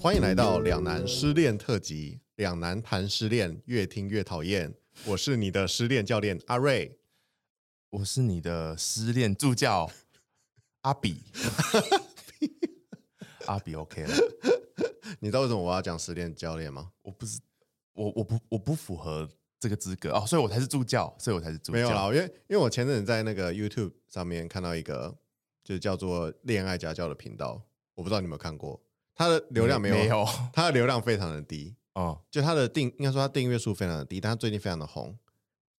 欢迎来到两难失恋特辑，两难谈失恋，越听越讨厌。我是你的失恋教练阿瑞，我是你的失恋 助教阿比，阿比哦 OK 了。你知道为什么我要讲失恋教练吗？我不是我我不我不符合这个资格哦，所以我才是助教，所以我才是助教。没有啦，因为因为我前阵子在那个 YouTube 上面看到一个，就是叫做“恋爱家教”的频道，我不知道你有没有看过，它的流量没有，没 有，它的流量非常的低，嗯，就它的订应该说它订阅数非常的低，但它最近非常的红，呃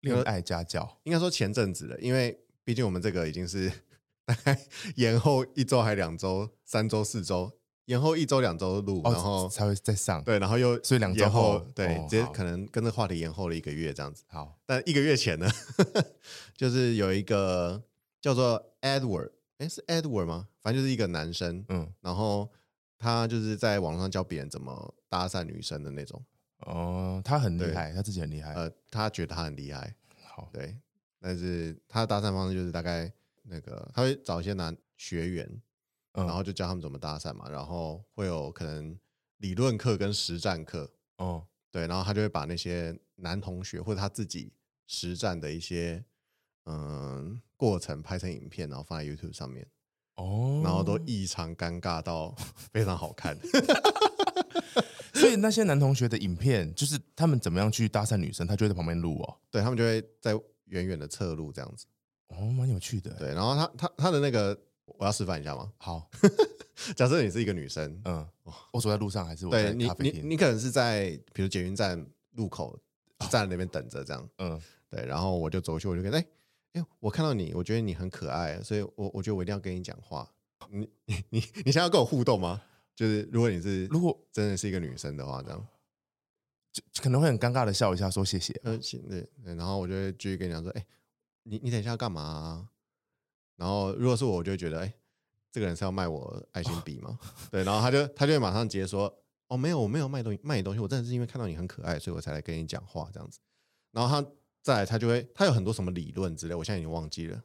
恋爱家教，应该说前阵子了，因为毕竟我们这个已经是 大概延后一周还两周、三周、四周，延后一周两周录，然后哦才会再上。对，然后又所以两周延后对，哦直接好可能跟这话题延后了一个月这样子。好，但一个月前呢， 就是有一个叫做 Edward，哎是 Edward 吗？反正就是一个男生，嗯，然后他就是在网络上教别人怎么搭讪女生的那种。哦，他很对厉害，他自己很厉害。呃，他觉得他很厉害，好，对，但是他的搭讪方式就是大概那个，他会找一些男学员，嗯然后就教他们怎么搭讪嘛，然后会有可能理论课跟实战课，哦，对，然后他就会把那些男同学或者他自己实战的一些嗯过程拍成影片，然后放在 YouTube 上面，哦，然后都异常尴尬到 非常好看。 所以那些男同学的影片，就是他们怎么样去搭讪女生，他就会在旁边录哦，对他们就会在远远的侧录这样子。哦，蛮有趣的。，对，然后他他他的那个，我要示范一下吗？ 好，假设你是一个女生，嗯，我走在路上还是我在哦对你咖啡你厅，哦你可能是在比如捷运站路口站在那边等着这样，嗯，对，然后我就走过去，我就跟哎哎、我看到你，我觉得你很可爱，所以我我觉得我一定要跟你讲话。你你你你想要跟我互动吗？就是如果你是如果真的是一个女生的话，这样，就可能会很尴尬的笑一下，说谢谢。呃，行对，对然后我就会继续跟你讲说，哎、你你等一下要干嘛啊、然后如果是我，我就会觉得，哎、这个人是要卖我爱心笔吗？对，然后他就他就会马上直接说，哦，没有，我没有卖东西卖你东西，我真的是因为看到你很可爱，所以我才来跟你讲话这样子。然后他再来，他就会他有很多什么理论之类，我现在已经忘记了，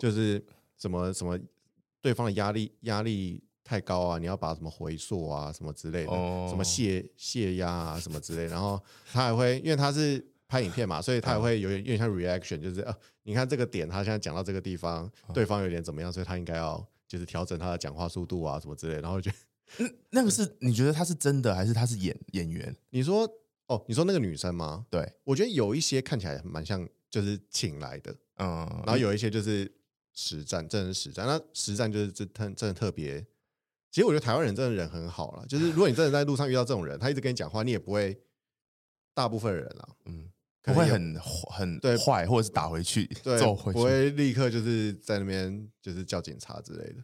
就是什么什么对方的压力压力。太高啊！你要把什么回溯啊，什么之类的，哦什么泄泄压啊，什么之类的。然后他还会，因为他是拍影片嘛，所以他也会有点有点像 reaction，就是啊，你看这个点，他现在讲到这个地方，对方有点怎么样，所以他应该要就是调整他的讲话速度啊，什么之类的。然后我就那个是你觉得他是真的还是他是演演员？你说哦，你说那个女生吗？对，我觉得有一些看起来蛮像就是请来的，嗯，然后有一些就是实战，真的是实战。那实战就是真特真的特别。其实我觉得台湾人真的人很好啦，就是如果你真的在路上遇到这种人，他一直跟你讲话，你也不会。大部分人啊，嗯，可不能会有很很对坏，或者是打回去对揍，回不去，会立刻就是在那边就是叫警察之类的。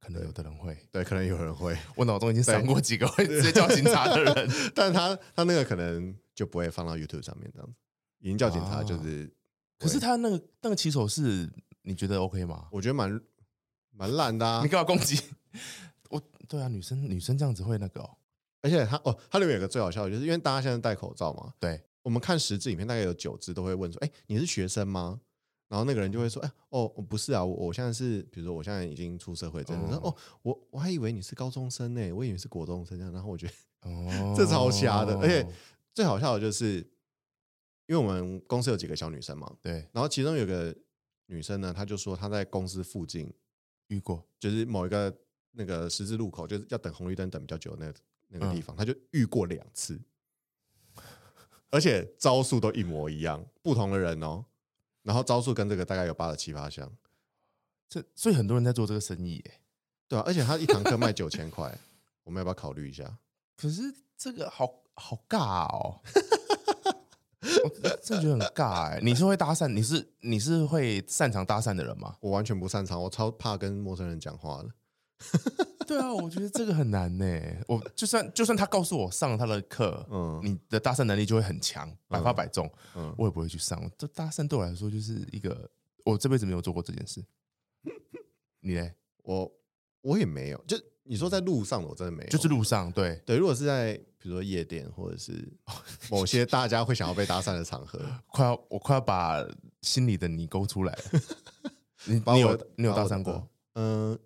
可能有的人会。对，可能有人会，我脑中已经闪过几个 会 直接叫警察的人。但他他那个可能就不会放到 YouTube 上面这样子。已经叫警察啊就是，可是他那个那个骑手是你觉得 OK 吗？我觉得蛮蛮烂的、啊你。干嘛攻击？我对啊，女生女生这样子会那个哦，而且他哦，他里面有个最好笑的，就是因为大家现在戴口罩嘛，对，我们看十支影片，大概有九支都会问说：“哎、你是学生吗？”然后那个人就会说：“哎、哦，我不是啊，我我现在是，比如说我现在已经出社会，真的、嗯说哦，我我还以为你是高中生呢、我以为你是国中生这样。”然后我觉得。哦， 这超瞎的而且最好笑的就是，因为我们公司有几个小女生嘛，对然后其中有个女生呢，她就说她在公司附近，遇过，就是某一个那个十字路口，就是要等红绿灯等比较久的那个那个地嗯方，她就遇过两次，而且招数都一模一样，不同的人哦。然后招数跟这个大概有八十七八项，这所以很多人在做这个生意耶。对啊，而且她一堂课卖九千块，我们要不要考虑一下？可是这个好好尬哦， 我真的觉得很尬哎。你是会搭讪，你是你是会擅长搭讪的人吗？我完全不擅长，我超怕跟陌生人讲话的。 对啊，我觉得这个很难呢。我就算就算他告诉我上了他的课，嗯你的搭讪能力就会很强，百发百中，嗯我也不会去上。这搭讪对我来说就是一个，我这辈子没有做过这件事。你哎呢？我我也没有，就你说在路上的我真的没有，就是路上对对，如果是在比如说夜店或者是某些大家会想要被搭讪的场合，快要我快要把心里的你勾出 来了。你把你我有你有把搭我讪的过？嗯、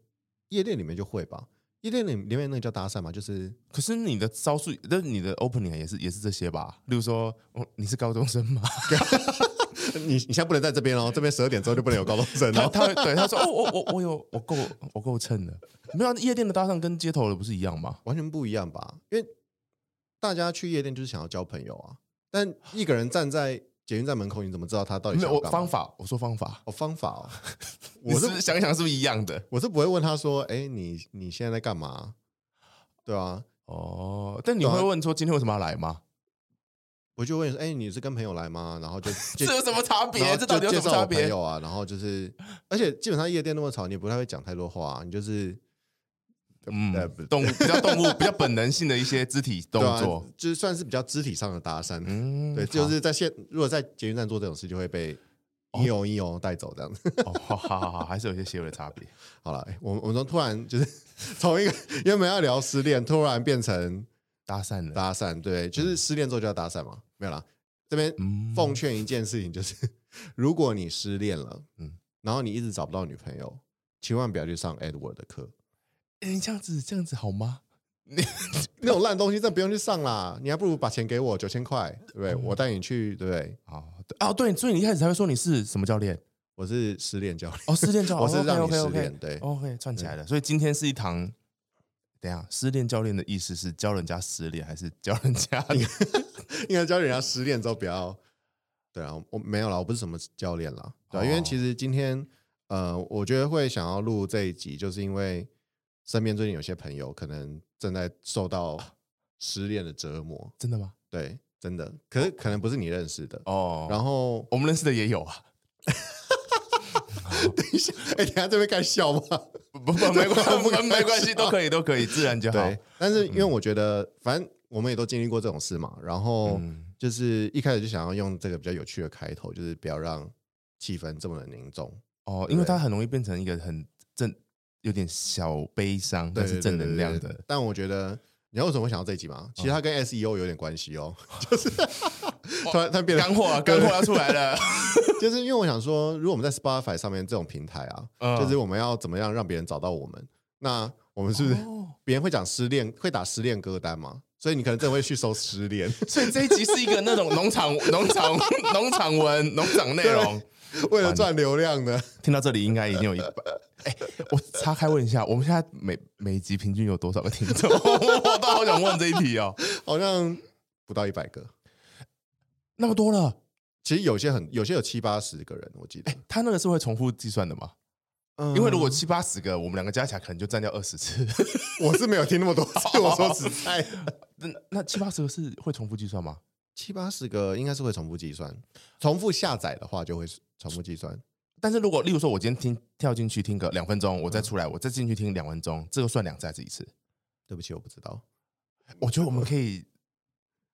夜店里面就会吧。夜店里里面那个叫搭讪嘛，就是可是你的招数，但是你的 opening 也是也是这些吧？例如说，哦，你是高中生吗？ 你你现在不能在这边哦，这边十二点之后就不能有高中生他 哦。他会对他 说，哦，我我我有我够我够称的，没有啊夜店的搭讪跟街头的不是一样吗？完全不一样吧？因为大家去夜店就是想要交朋友啊，但一个人站在捷运站门口，你怎么知道他到底没想有要我干嘛方法，我说方法，哦方法 哦，你我是是不是想一想是不是一样的？我是不会问他说，哎、你你现在在干嘛？对啊，哦，但你会问说今天为什么要来吗？我就问说，哎、你是跟朋友来吗？然后 就这有什么 差然后别？这就到底有介什么绍差我朋别？友啊，然后就是， 而且基本上夜店那么吵，你也不太会讲太多话、你就是呃嗯不，动物比较动物比较本能性的一些肢 体动对啊作，，就是算是比较肢体上的搭讪。嗯，对，就是在现如果在捷运站做这种事，就会被哦一游一游带走这样子。 好哦好好好好，还是有一些些微的差别。好了，哎我们我们突然就是 从一个原本要聊失恋，突然变成搭讪的，搭讪，对，就是失恋之后就要搭讪嘛，没有啦。这边嗯奉劝一件事情，就是 如果你失恋了，嗯嗯，然后你一直找不到女朋友，千万不要去上 Edward 的课，诶哎你这样子这样子好吗？ 那种烂东西真的不用去上啦，你还不如把钱给我九千块，对不对？我带你去，对不对？哦，对哦，对，所以你一开始才会说你是什么教练？我是失恋教练，哦， 失恋教，我是让你失 o k 恋，对， OK，串起来了。所以今天是一堂，等一下，失恋教练的意思是教人家失恋，还是教 人家？应该教人家失恋之后不要。对啊，我没有啦，我不是什么教练啦，对、啊，哦因为其实今天呃，我觉得会想要录这一集，就是因为身边最近有些朋友可能正在受到失恋的折磨，真的吗？对，真的，可是可能不是你认识的。哦，然后，我们认识的也有啊， 等一下，哎、等一下这边该笑吗？不不，不没关不敢系，没关系，笑都可以，都可以，自然就好。嗯对，但是因为我觉得，反正我们也都经历过这种事嘛。然后嗯就是一开始就想要用这个比较有趣的开头，就是不要让气氛这么的凝重。哦，因为它很容易变成一个很正，有点小悲伤，对但是正能量。对对对对的。哦但我觉得，你知道为什么会想到这一集吗？其实它跟 SEO 有点关系 哦，就是 突然它变干得，货啊，干货要出来了。 就是因为我想说，如果我们在 Spotify 上面这种平台啊，嗯就是我们要怎么样让别人找到我们？那我们是不是哦别人会讲失恋，会打失恋歌单嘛？所以你可能真的会去搜失 恋。所以这一集是一个那种农场、农场、农场文、农场内容。为了赚流量的，听到这里应该已经 有一半。哎、我岔开问一下，我们现在每每集平均有多少个听众？ 我都好想问这一题哦，好像不到一百个。那么多了，其实有些很，有些有七八十个人，我记得。他那个是会重复计算的吗？嗯因为如果七八十个，我们两个加起来可能就占掉二十次。 我是没有听那么多次，我说实在的，那那七八十个是会重复计算吗？七八十个应该是会重复计算，重复下载的话就会重复计算。但是如果例如说我今天听跳进去听个两分钟，我再出来，我再进去听两分钟，这个算两次还是一次？对不起，我不知道，我觉得我们可以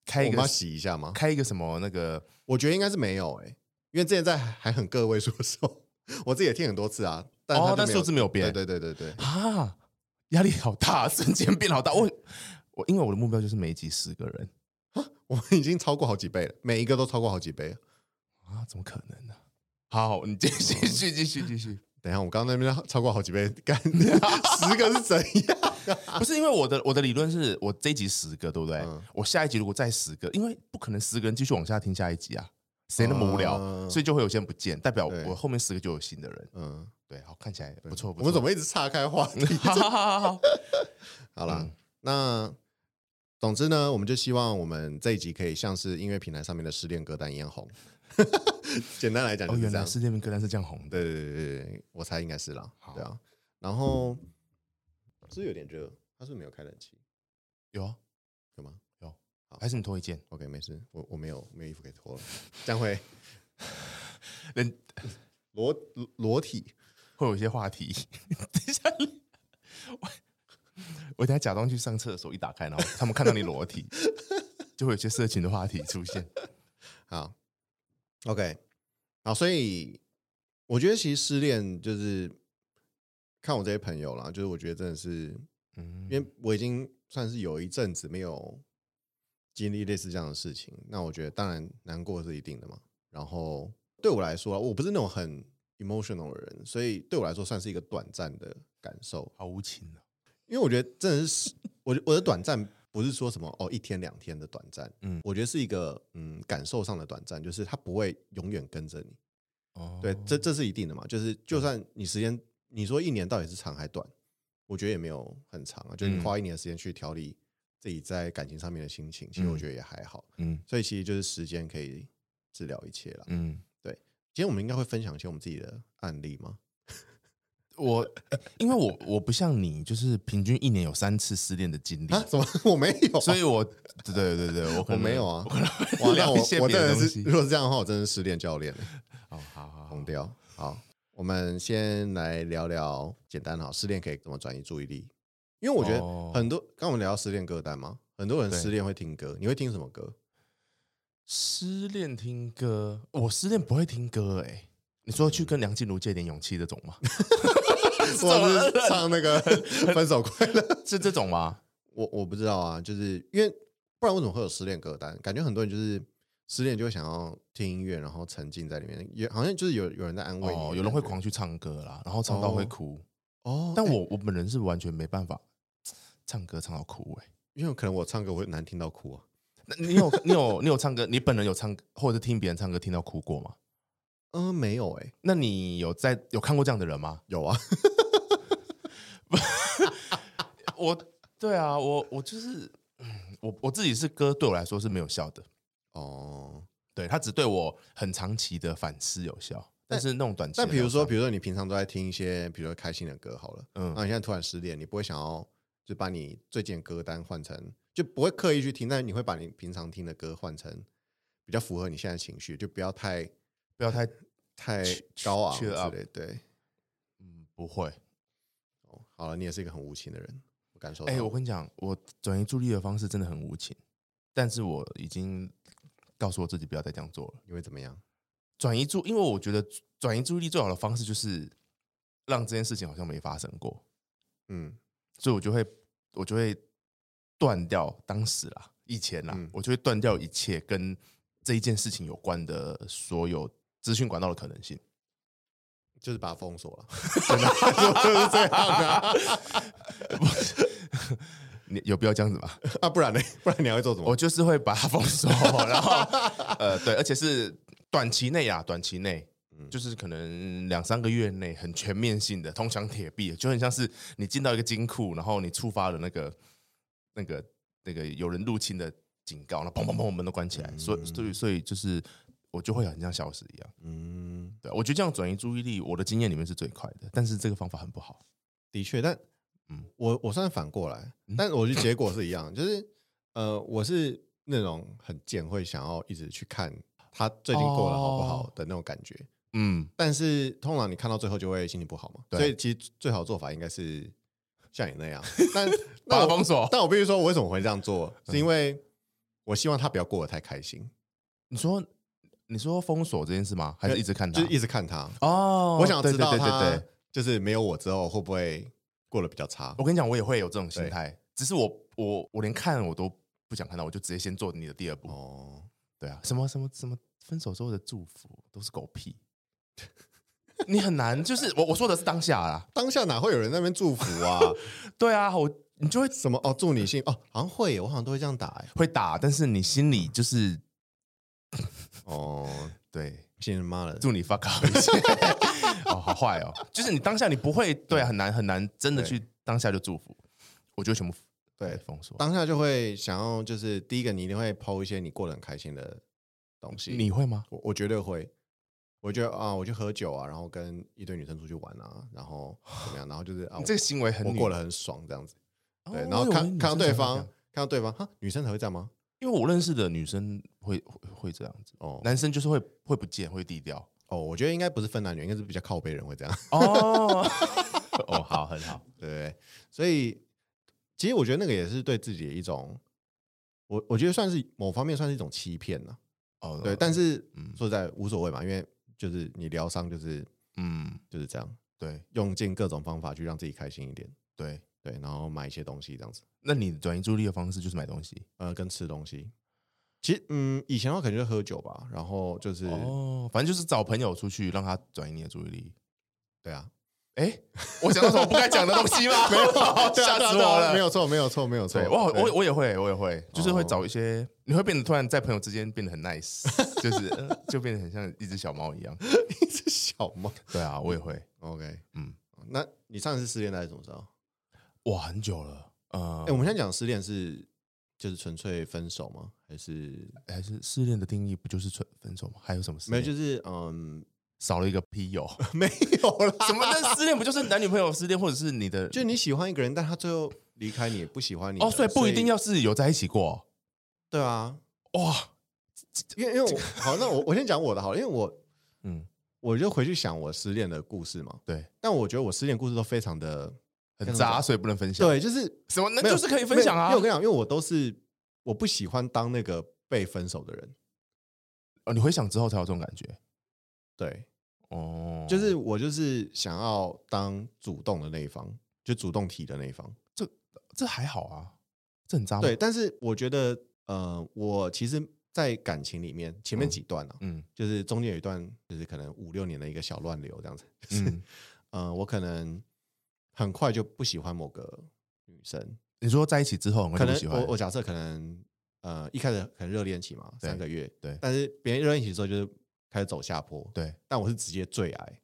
开我一们个要洗一下吗？开一个什么那个我觉得应该是没有哎、因为之前在还很个位数的时候， 我自己也听很多次啊，但哦它，就但没有数字没有变对，对对对对，啊，压力好大，瞬间变好大。我我因为我的目标就是每一集十个人我们已经超过好几倍了，每一个都超过好几倍了。啊，怎么可能呢、好，你继续继续继续继续，等一下，我刚刚那边超过好几倍，干 十个是怎样？不是因为我的我的理论是我这一集十个，对不对？嗯我下一集如果再十个，因为不可能十个人继续往下听下一集啊，谁那么无聊？嗯所以就会有些人不见，代表对我后面十个就有新的人。嗯，对，好，看起来不错不我们怎错。嗯么一直岔开话 题？好好好好好，好啦，嗯那总之呢，我们就希望我们这一集可以像是音乐平台上面的失恋歌单一样红。 简单来讲就哦，是原这样。来世界名歌单是这样红的。对对对对对，我猜应该是啦。好对啊，然后是不是有点热？他是不是没有开冷气？有啊，有吗还是你脱一件？ ？OK，没事，我我没有没有衣服可以脱了，这样会 人裸裸体。会有一些话题。 等一下，我我等一下假装去上厕所，一打开，然后他们看到你裸体，就会有一些色情的话题出现。好，OK，好，所以我觉得其实失恋就是看我这些朋友啦，就是我觉得真的是嗯，因为我已经算是有一阵子没有经历类似这样的事情，那我觉得当然难过是一定的嘛。然后对我来说啊，我不是那种很 emotional 的人，所以对我来说算是一个短暂的感受。好无情啊！因为我觉得真的是我我的短暂不是说什么哦一天两天的短暂，嗯嗯，我觉得是一个嗯感受上的短暂，就是它不会永远跟着你。哦对，这这是一定的嘛，就是就算你时间，你说一年到底是长还短，我觉得也没有很长啊，就是你嗯花一年的时间去调理自己在感情上面的心情，其实我嗯觉得也还好。嗯所以其实就是时间可以治疗一切啦。嗯，今天我们应该会分享一些我们自己的案例 吗？我因为我我不像你，就是平均一年有三次失恋的经历啊，，怎么 我没有啊？所以我对对对对，我可我能哦没有啊我可能会哇，那聊我一些我别真的的东是，西。如果是这样的话，我真的是失恋教练了，哦，好好好疯，掉。好，我们先来聊聊简单哈，失恋可以怎么转移注意力？因为我觉哦得很多，刚刚我们聊到失恋歌单嘛，很多人对失恋会听歌，你会听什么 歌？失恋听歌，我失恋不会听歌哎、你嗯说去跟梁静茹借点勇气这种吗？ 我是唱那个 分手快乐，是这种吗？我我不知道啊，就是因为不然为什么会有失恋歌单？感觉很多人就是失恋就会想要听音乐，然后沉浸在里面，也好像就是有有人在安慰你的感哦觉，，有人会狂去唱歌啦，然后唱到会哦哭，哦，但欸我我本人是完全没办法唱歌唱到哭哎、因为可能我唱歌我会难听到哭啊。那你有你有你有唱歌，你本人有唱歌或者是听别人唱歌听到哭过吗？嗯，没有哎、那你有在有看过这样的人吗？有啊， 我对啊，我我就是嗯我我自己是歌对我来说是没有效的，哦，对他只对我很长期的反思有效，但是那种短期但的疗伤，比如说，比如说你平常都在听一些，比如说开心的歌好了，嗯然后你现在突然失恋，你不会想要就把你最近的歌单换成，就不会刻意去听，但你会把你平常听的歌换成比较符合你现在的情绪，就不要太不要太太 Cheer- 高昂 cheer 之 up 类。对，嗯不会，哦，好了，你也是一个很无情的人，我感受到。哎、我跟你讲，我转移注意力的方式真的很无情，但是我已经告诉我自己不要再这样做了。你会怎么样？转移注，因为我觉得转移注意力最好的方式就是让这件事情好像没发生过，嗯，所以我就会我就会断掉当时啦，以前啦，嗯我就会断掉一切跟这一件事情有关的所有资讯管道的可能性。就是把它封锁了， 真的 就是这样的 啊你有必要这样子吗？啊，不然呢？ 不然你还会做什么我？就是会把它封锁，然后呃，对，而且是短期内啊，短期内。嗯就是可能两三个月内很全面性的通墙铁壁，就很像是你进到一个金库，然后你触发了那个那个那个有人入侵的警告，然后砰砰砰门都关起来，嗯所以所以所以就是我就会很像消失一样。嗯，对，啊我觉得这样转移注意力，我的经验里面是最快的，但是这个方法很不好。的确，但嗯我我算是反过来嗯，但我觉得结果是一样，就是呃，我是那种很贱，会想要一直去看他最近过得好不好哦的那种感觉。嗯，但是通常你看到最后就会心情不好嘛，对所以其实最好做法应该是像你那样。 但把那它我封锁。嗯但我必须说，我为什么会这样做，是因为我希望他不要过得太开心，你说你说封锁这件事吗？还是一直看他？就是一直看他。嗯啊哦，我想对知道对对对他对，就是没有我之后会不会过得比较差。我跟你讲，我也会有这种心态，只是我我我连看我都不想看到，我就直接先做你的第二步。哦，对啊，什么什么什么分手之后的祝福都是狗屁，你很难就是我我说的是当下啦。当下哪会有人在那边祝福啊？ 对啊，我你就会什么哦，祝你幸哦，好像会耶，我好像都会这样打 哎。会打，但是你心里就是哦，对，信人妈了，祝你 fuck up 一些 哦，好坏哦，就是你当下你不会对啊，很难很难真的对去当下就祝福，我就全部对封锁。当下就会想要，就是第一个你一定会抛一些你过得很开心的东西。你会吗？我我绝对会，我觉得啊，我就喝酒啊，然后跟一堆女生出去玩啊，然后怎么样，然后就是啊，你这个行为很我女过得很爽这样子。哦对，然后我以为看女看到生对才会这方样，看到对方，哈，女生才会这样吗？因为我认识的女生会会会这样子，哦男生就是会会不见，会低调。哦，我觉得应该不是分男女，应该是比较靠背人会这样，哦 哦，好，很好。对不对？所以其实我觉得那个也是对自己的一种，我我觉得算是某方面算是一种欺骗呐、哦，对，但是嗯说实在无所谓嘛，因为就是你疗伤就是嗯，就是这样，对用尽各种方法去让自己开心一点，对。对，然后买一些东西这样子。那你转移注意力的方式就是买东西呃，跟吃东西。其实，嗯，以前的话可能就喝酒吧，然后就是，哦，反正就是找朋友出去，让他转移你的注意力。对啊，哎，我讲到什么不该讲的东 西吗？没有，对啊吓对啊死对啊我了。没有错，没有错，没有 错。对，我对我我也会，我也会，就是会哦找一些，你会变得突然在朋友之间变得很 nice，就是呃就变得很像一只小猫一样。一只小猫。对啊，我也会， OK，嗯，那你上一次失恋大概什么时候？哇，很久了，呃哎，我，们现在讲失恋是就是纯粹分手吗？还是还哎是失恋的定义不就是分分手吗？还有什么事？没有？就是嗯， 少了一个屁友，没有啦。什么？但失恋不就是男女朋友失恋，或者是你的就你喜欢一个人，但他最后离开你，不喜欢你哦，了所以不一定要是有在一起哦过对啊。哇，因为因为 我好，那我我先讲我的好了，因为我嗯，我就回去想我失恋的故事嘛。对，但我觉得我失恋故事都非常的很渣，所以不能分享。，对，就是什么？那没有就是可以分享啊没有因为我。跟你讲，因为我都是我不喜欢当那个被分手的人，哦，你回想之后才有这种感觉对，哦，就是我就是想要当主动的那一方，就主动提的那一方。这还好啊，这很渣吗对，，但是我觉得，呃，我其实，在感情里面前面嗯几段啊，嗯就是中间有一段，就是可能五六年的一个小乱流这样子，就是、嗯，呃，我可能很快就不喜欢某个女生，你说在一起之后很可快就能不喜欢我我假设可能呃一开始很热恋期嘛，对三个月，对但是别人热恋期之后就是开始走下坡，对但我是直接最癌，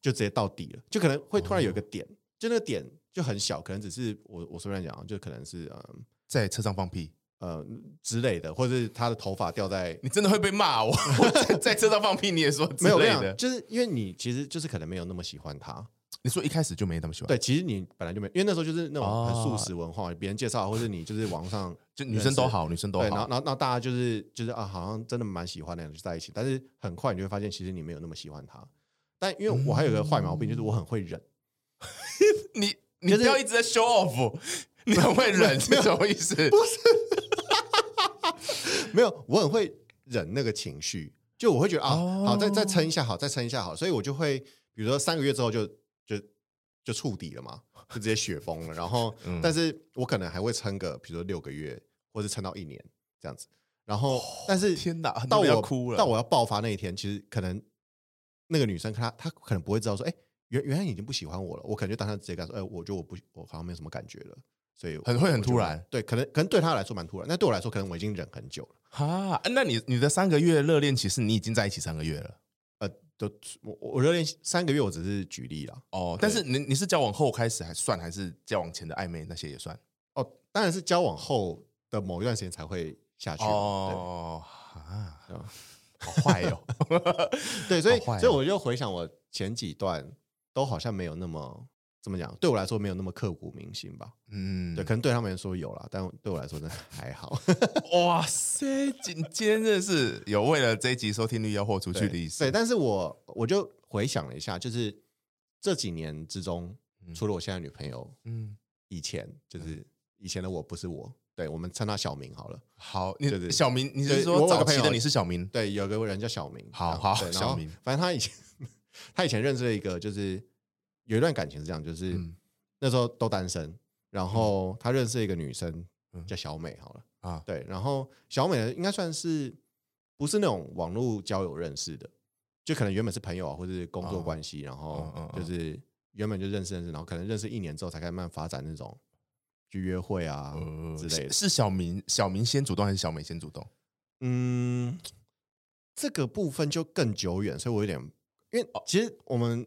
就直接到底了，就可能会突然有哦一个点，就那个点就很小，可能只是我我随便讲啊，就可能是嗯在车上放屁，呃之类的，或者是他的头发掉在。你真的会被 骂我，我在在车上放屁你也说之没有，我类跟你讲的，就是因为你其实就是可能没有那么喜欢他，你说一开始就没那么喜欢，，对，其实你本来就没，因为那时候就是那种很哦素食文化，别人介绍或者你就是网上就女生都好，女生 都对，然后好然，后然后大家就是就是啊，好像真的蛮喜欢的，就在一起。但是很快你就会发现，其实你没有那么喜欢他。但因为我还有一个坏毛病，就是我很会忍。你你就不是要一直在 show off，你 很会忍，是什么意思？没有，我很会忍那个情绪，就我会觉得啊，哦好，再再撑一下，好，再撑一下，好，所以我就会，比如说三个月之后就就就触底了嘛，就直接雪崩了。然后， 嗯但是我可能还会撑个，比如说六个月，或者撑到一年这样子。然后，但是哦天哪很到多我人要哭了到我要爆发那一天，其实可能那个女生她她可能不会知道说，哎、原原来你已经不喜欢我了，我可能就当她直接跟她说，哎、我觉得我不我好像没有什么感觉了，所以很会很我就突然，对，可能可能对她来说蛮突然，那对我来说可能我已经忍很久了。哈，那你你的三个月热恋期是你已经在一起三个月了呃，都我我热恋三个月，我只是举例啦。哦，但是你你是交往后开始还算，还是交往前的暧昧那些也算？哦，当然是交往后的某一段时间才会下去嘛。哦，啊对，啊好坏哦 哟、对，所以、好坏哦所以我就回想我前几段都好像没有那么怎么讲，对我来说没有那么刻骨铭心吧。嗯，对，可能对他们来说有啦，但对我来说真的还 好。哇塞，今今天真的是有为了这一集收听率要豁出去的意思。对，但是我我就回想了一下，就是这几年之中，嗯除了我现在女朋友，嗯，以前就是以前的我不是我，对我们称他小明好了。好，你对对小明，你是对我说有个早朋期友的你是小明？对，有个人叫小明，好然后好对然小后明反正他以前 他以前认识了一个，就是有一段感情是这样，就是、嗯那时候都单身，然后他认识一个女生、嗯叫小美，好了，啊，对，然后小美应该算是不是那种网络交友认识的，就可能原本是朋友啊，或者是工作哦关系，然嗯后嗯就是原本就认识认识，然后可能认识一年之后才开始慢慢发展那种去约会啊、呃之类的是。是小明，小明先主动还是小美先主动？嗯，这个部分就更久远，所以我有点，因为哦其实我们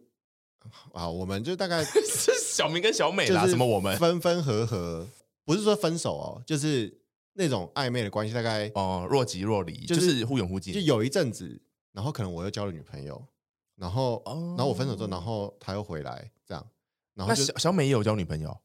啊，我们就大概 是小明跟小美就啦，是什么 我们？分分合合，不是说分手哦，就是那种暧昧的关系，大概哦，若即若离，就就是是忽远忽近。就有一阵子，然后可能我又交了女朋友，然后哦然后我分手之后，然后他又回来，这样，然后那就小小美也有交女朋友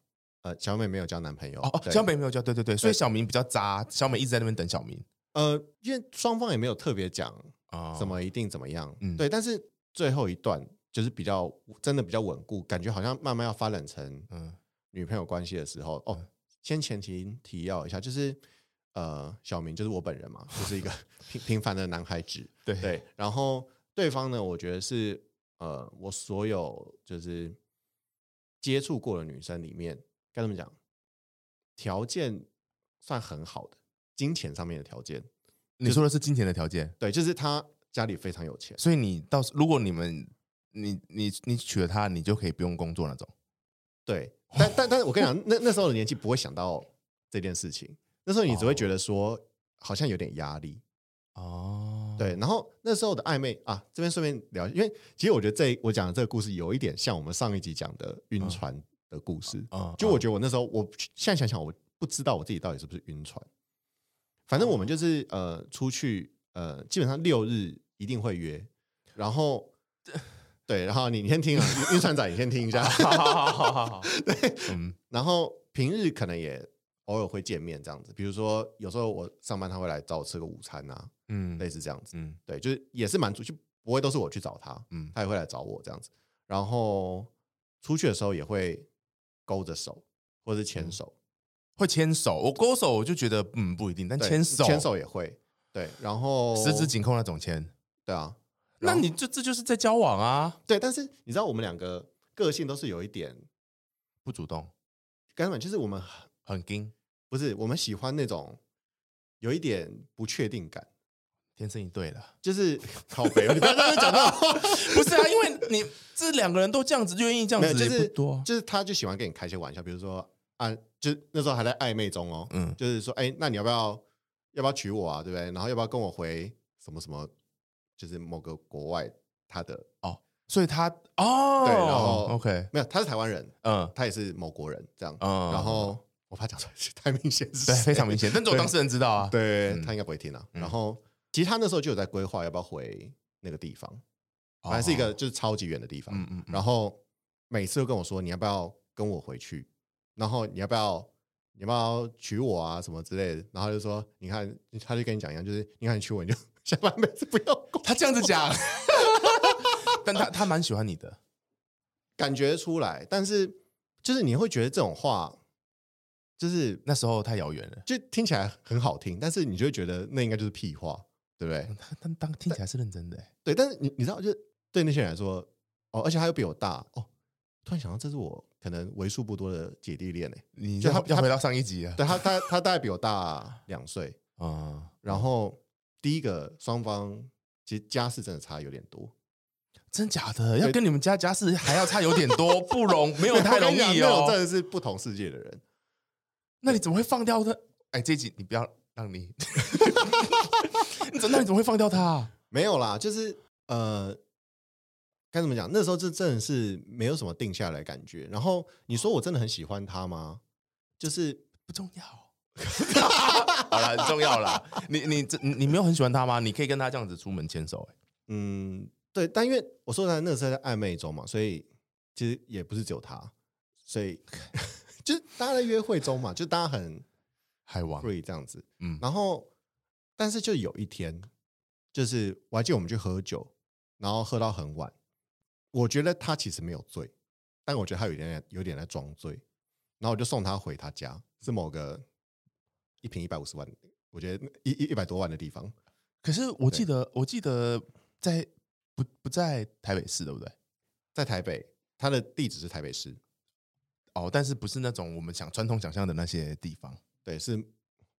呃小美没有交男朋友哦，哦对小美没有交，对对对，所以小明比较渣，小美一直在那边等小明呃，因为双方也没有特别讲啊怎？么一定怎么样，嗯对，但是最后一段就是比较真的比较稳固，感觉好像慢慢要发展成嗯女朋友关系的时候，哦嗯，先前提提要一下，就是呃，小明就是我本人嘛，就是 一个平平凡的男孩子，对对，然后对方呢，我觉得是呃，我所有就是接触过的女生里面，该怎么讲，条件算很好的，金钱上面的条件，你说的是金钱的条件，对，就是他家里非常有钱。所以你到时如果你们你你你娶了她，你就可以不用工作那种。对，但但但是我跟你讲，那那时候的年纪不会想到这件事情，那时候你只会觉得说、好像有点压力。哦，对，然后那时候的暧昧啊，这边顺便聊，因为其实我觉得这我讲的这个故事有一点像我们上一集讲的晕船的故事。啊就我觉得我那时候，我现在想想，我不知道我自己到底是不是晕船。反正我们就是呃出去呃，基本上六日一定会约，然后对，然后你你先听啊，晕晕船仔你先听一 下，好好好好好， 对，嗯，然后平日可能也偶尔会见面这样子，比如说有时候我上班他会来找我吃个午餐啊，嗯，类，似这样子，嗯对，就是也是蛮主，就不会都是我去找他，嗯，他也会来找我这样子，然后出去的时候也会勾着手或是嗯牵手。会牵手，我勾手我就觉得嗯不一定，但对牵手牵手也会，对，然后十指紧扣那种牵，对啊，那你这这就是在交往啊，对，但是你知道我们两个个性都是有一点，不主动，根本就是我们很硬，不是我们喜欢那种有一点不确定感，天生一对 了。就是靠北，哦你不要在那边讲到， 不是啊，因为你这两个人都这样子，愿意这没样有，子就也是不多啊。 就是他就喜欢跟你开一些玩笑，比如说啊，就那时候还在暧昧中哦，嗯，就是说，哎，那你要不要要不要娶我啊，对不对？然后要不要跟我回什么什么，就是某个国外他的所以他哦，对然后 OK，没有，他是台湾人，嗯他也是某国人这样，嗯，然后我怕讲出来是太明显是谁，对，非常明显，但这种当事人知道啊。，对，嗯他应该不会听啊。嗯然后其实他那时候就有在规划要不要回那个地方，反正是一个，就是超级远的地方。哦嗯嗯，然后每次都跟我说你要不要跟我回去，然后你要不要你要不要娶我啊什么之类的。然后他就说你看，他就跟你讲一样，就是你看你娶我你就 下班每次不要过，他这样子讲， 但他他蛮喜欢你的，感觉出来。但是就是你会觉得这种话就是那时候太遥远了，就听起来很好听，但是你就会觉得那应该就是屁话，对不对？他但当听起来是认真的欸，对，但是你你知道，就是对那些人来说，哦，而且他又比我大哦。突然想到，这是我可能为数不多的姐弟恋诶。你就要他要他回到上一集啊，对他，他他大概比我大两岁。嗯，然后第一个双方其实家世真的差有点多，真假的要跟你们家家世还要差有点 多，不容没有太我容跟你讲易那种哦真。的是不同世界的人。那你怎么会放掉他？哎，这一集你不要让你，你 怎那你怎么会放掉他啊？没有啦，就是呃，该怎么讲？那时候这真的是没有什么定下来的感觉。然后你说我真的很喜欢他吗？就是不重要。 好了，很重要啦。你你这你你没有很喜欢他吗？你可以跟他这样子出门牵手、欸，嗯，对，但因为我说的那个是在暧昧中嘛，所以其实也不是只有他，所以 就是大家在约会中嘛，就大家很海王， free 这样子。嗯然后，但是就有一天，就是我还记得我们去喝酒，然后喝到很晚，我觉得他其实没有醉，但我觉得他有一点点有点在装醉，然后我就送他回他家，是某个一瓶一百五十万，我觉得一一一百多万的地方，可是我记得我记得在不不在台北市，对不对？在台北，他的地址是台北市。哦，但是不是那种我们想传统想象的那些地方，对，是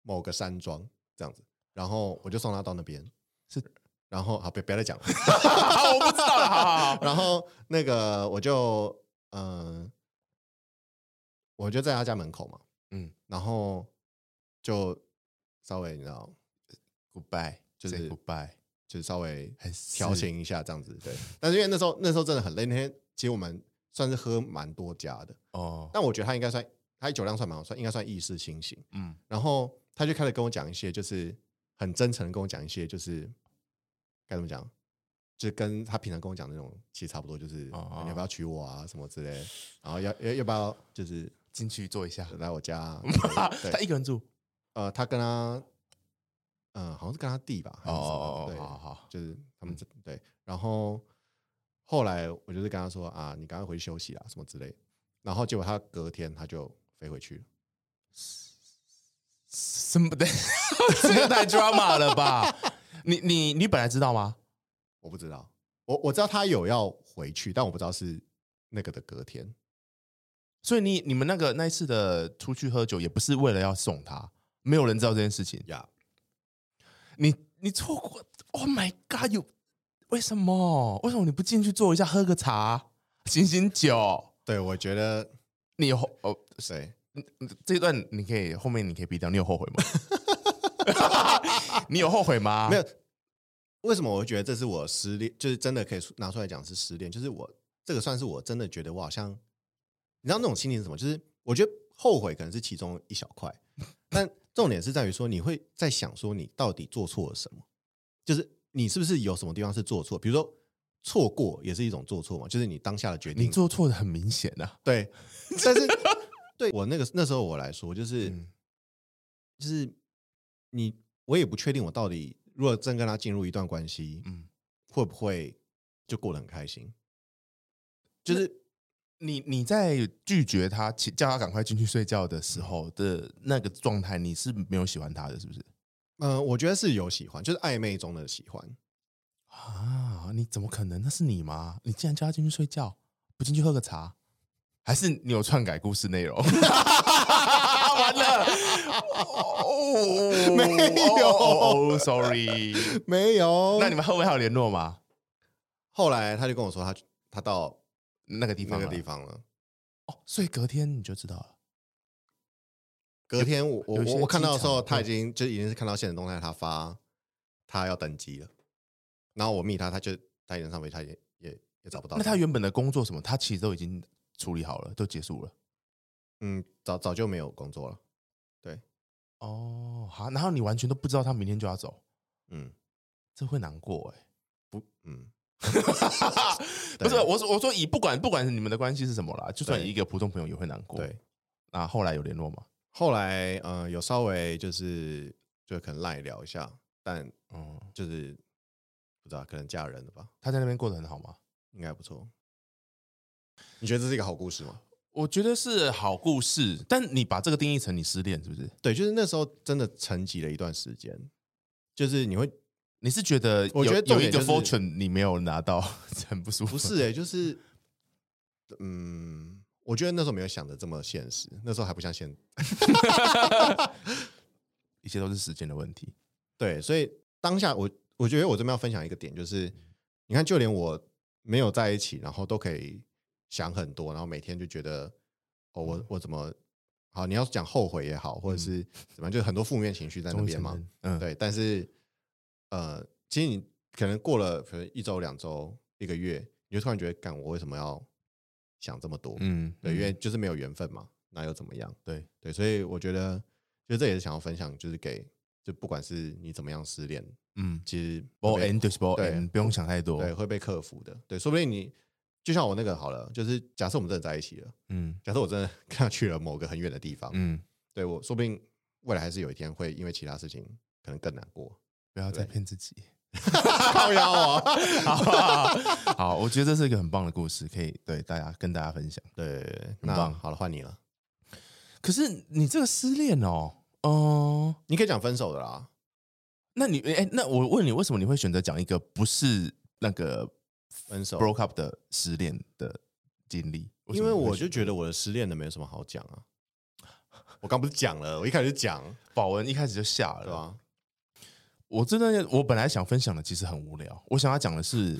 某个山庄这样子。然后我就送他到那边，是，然后好，别别再讲了。 好我不知道了。好好好， 然后那个我就嗯、呃我就在他家门口嘛，嗯然后就稍微你知道， ，Goodbye，就是 Say Goodbye，就稍微很调情。情一下这样子。对，但是因为那时候那时候真的很累，那天其实我们算是喝蛮多家的，哦，但我觉得他应该算他酒量算蛮好，算应该算意识清醒。嗯，然后他就开始跟我讲一些，就是很真诚的跟我讲一些，就是该怎么讲，就是跟他平常跟我讲的那种其实差不多，就是、哦哦你要不要娶我啊什么之类的，然后要要要不要就是进去坐一 下。来我家啊、他对，一个人住。呃，他跟他，呃，好像是跟他弟吧，还哦是什哦么哦对，哦，好嗯好，就是他们这对，然后后来我就是跟他说啊，你赶快回去休息啊什么之类的，然后结果他隔天他就飞回去了。什么 的，这个太 drama 了吧？ 你你你本来知道吗？我不知道，我我知道他有要回去，但我不知道是那个的隔天。所以你你们那个那一次的出去喝酒，也不是为了要送他，没有人知道这件事情。呀、你你错过，Oh my God！有为什么？为什么你不进去坐一下，喝个茶，醒醒酒？对，我觉得你有后哦，对，这段你可以后面你可以逼掉。你有后悔 吗？你有后悔吗？没有。为什么我会觉得这是我失恋，就是真的可以出拿出来讲是失恋？就是我这个算是我真的觉得我好像，你知道那种心情是什么？就是我觉得后悔可能是其中一小块，但重点是在于说你会在想说你到底做错了什么，就是你是不是有什么地方是做错？比如说错过也是一种做错嘛，就是你当下的决你定做错的很明显啊。对， 但是对我那个那时候我来说，就是、就是你，我也不确定我到底如果真跟他进入一段关系，嗯，会不会就过得很开心？就是你你在拒绝他，请叫他赶快进去睡觉的时候的那个状态，你是没有喜欢他的，是不是？呃，我觉得是有喜欢，就是暧昧中的喜欢。啊，你怎么可能？那是你吗？你竟然叫他进去睡觉，不进去喝个茶，还是你有篡改故事内容？完了，哦，没有哦哦，sorry。没有那你们后面还有联络吗？后来他就跟我说他，他到那个地那方，个地，方了。哦，所以隔天你就知道了。隔天我我有些我我看到的时候，机场他已经就已经是看到现实动态，他发他要登机了。然后我密他，他就他已经上飞，他也也也找不到。那他原本的工作什么，他其实都已经处理好了，都结束了。嗯，早早就没有工作了。哦，好，然后你完全都不知道他明天就要走，嗯这会难过哎、嗯， 不是，对我说我说以不管不管你们的关系是什么啦，就算对以一个普通朋友也会难过。对，。那后来有联络吗？后来呃有稍微就是就可能赖聊一下，但嗯，就是不知道可能嫁人了吧，他在那边过得很好吗？应该不错。你觉得这是一个好故事吗？我觉得是好故事，但你把这个定义成你失恋是不是？对，就是那时候真的沉寂了一段时间，就是你会你是觉得有我觉得重有点一个就是 fortune 你没有拿到， 很不欸舒不服。是哎、就是 嗯，我觉得那时候没有想的这么现实，那时候还不像现一切都是时间的问题。对，所以当下我我觉得我这边要分享一个点，就是你看，就连我没有在一起，然后都可以想很多，然后每天就觉得哦，嗯我我怎么好？你要讲后悔也好，或者是怎么样，就很多负面情绪在那终于边承嘛。认，嗯，对，但是呃，其实你可能过了可能一周、两周、一个月，你就突然觉得，干我为什么要想这么多？嗯，对，嗯因为就是没有缘分嘛，那又怎么样？对对，所以我觉得，就这也是想要分享，就是给就不管是你怎么样失恋，嗯其实，ball 会 end 就是 ball 对 end，不用想太被多。对会被克服的，对，说不定你就像我那个好了，就是假设我们真的在一起了，嗯假设我真的 跟他去了某个很远的地方，嗯，对我说不定未来还是有一天会因为其他事情可能更难过， 不要再对骗自己。靠腰哦， 好好好好，我觉得这是一个很棒的故事，可以对大家跟大家分享。对，很那棒好了，换你了，可是你这个失恋哦，嗯、你可以讲分手的啦，那你哎、那我问你，为什么你会选择讲一个不是那个分手， broke up 的失恋的经历？因为我就得觉得我的失恋的没有什么好讲 啊，我刚不是讲了，我一开始就讲，保文一开始就下对啊了，吧、我真的我本来想分享的其实很无聊，我想要讲的是，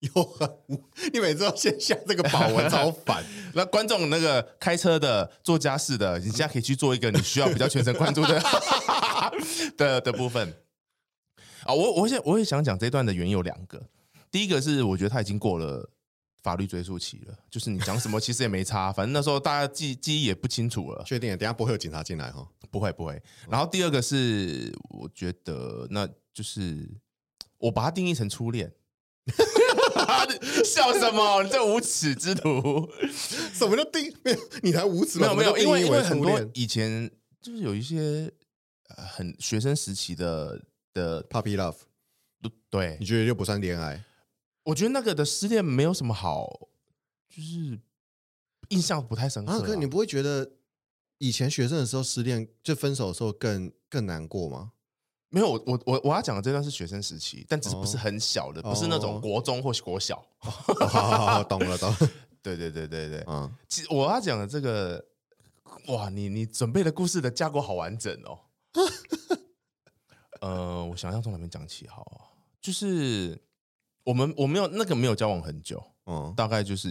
又很无，你每次都先下这个保文，超烦。那观众那个开车的、做家事的，你现在可以去做一个你需要比较全神贯注的 的的部分。啊，我我想我也想讲这段的原因有两个，第一个是我觉得他已经过了法律追诉期了，就是你讲什么其实也没差，反正那时候大家记记忆也不清楚了， 确定了，等一下不会有警察进来哈。不会不会。然后第二个是，我觉得那就是我把它定义成初恋。 笑什么？你这无耻之徒！什么叫定？没有，你才无耻没吧有没有，什因么叫定为义为因为很初多恋以前就是有一些呃很学生时期的的 puppy love，对嗯你，觉得就不算恋爱？我觉得那个的失恋没有什么好，就是印象不太深刻、啊，哥，你不会觉得以前学生的时候失恋，就分手的时候更更难过吗？没有我我我我要讲的这段是学生时期，但只是不是哦很小的，不是那哦种国中或是国小。好哦好好好，懂了懂了。 对对对对对，嗯，其实我要讲的这个，哇，你你准备的故事的架构好完整哦。 呃，我想要从哪边讲起好啊？就是我们我没有那个没有交往很久，嗯，大概就是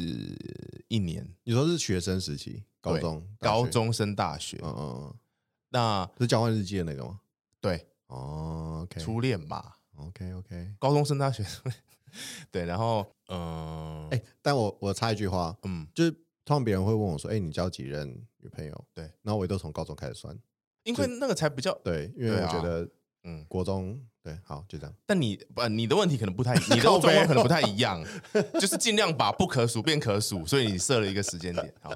一年，你说是学生时期，高对中，大学高，中升大学。嗯嗯，嗯那是交换日记的那个吗？对哦初恋吧， ，OK，OK，OK，、高中升大学，对，然后嗯，哎、但我我插一句话，嗯，就是通常别人会问我说：“哎、你交几任女朋友？”对，然后我也都从高中开始算，因为那个才比较对，因为对我啊觉得嗯，国中对，好就这样。但你不，你的问题可能不太，你的靠状北况可能不太一样，就是尽量把不可数变可数，所以你设了一个时间点。好，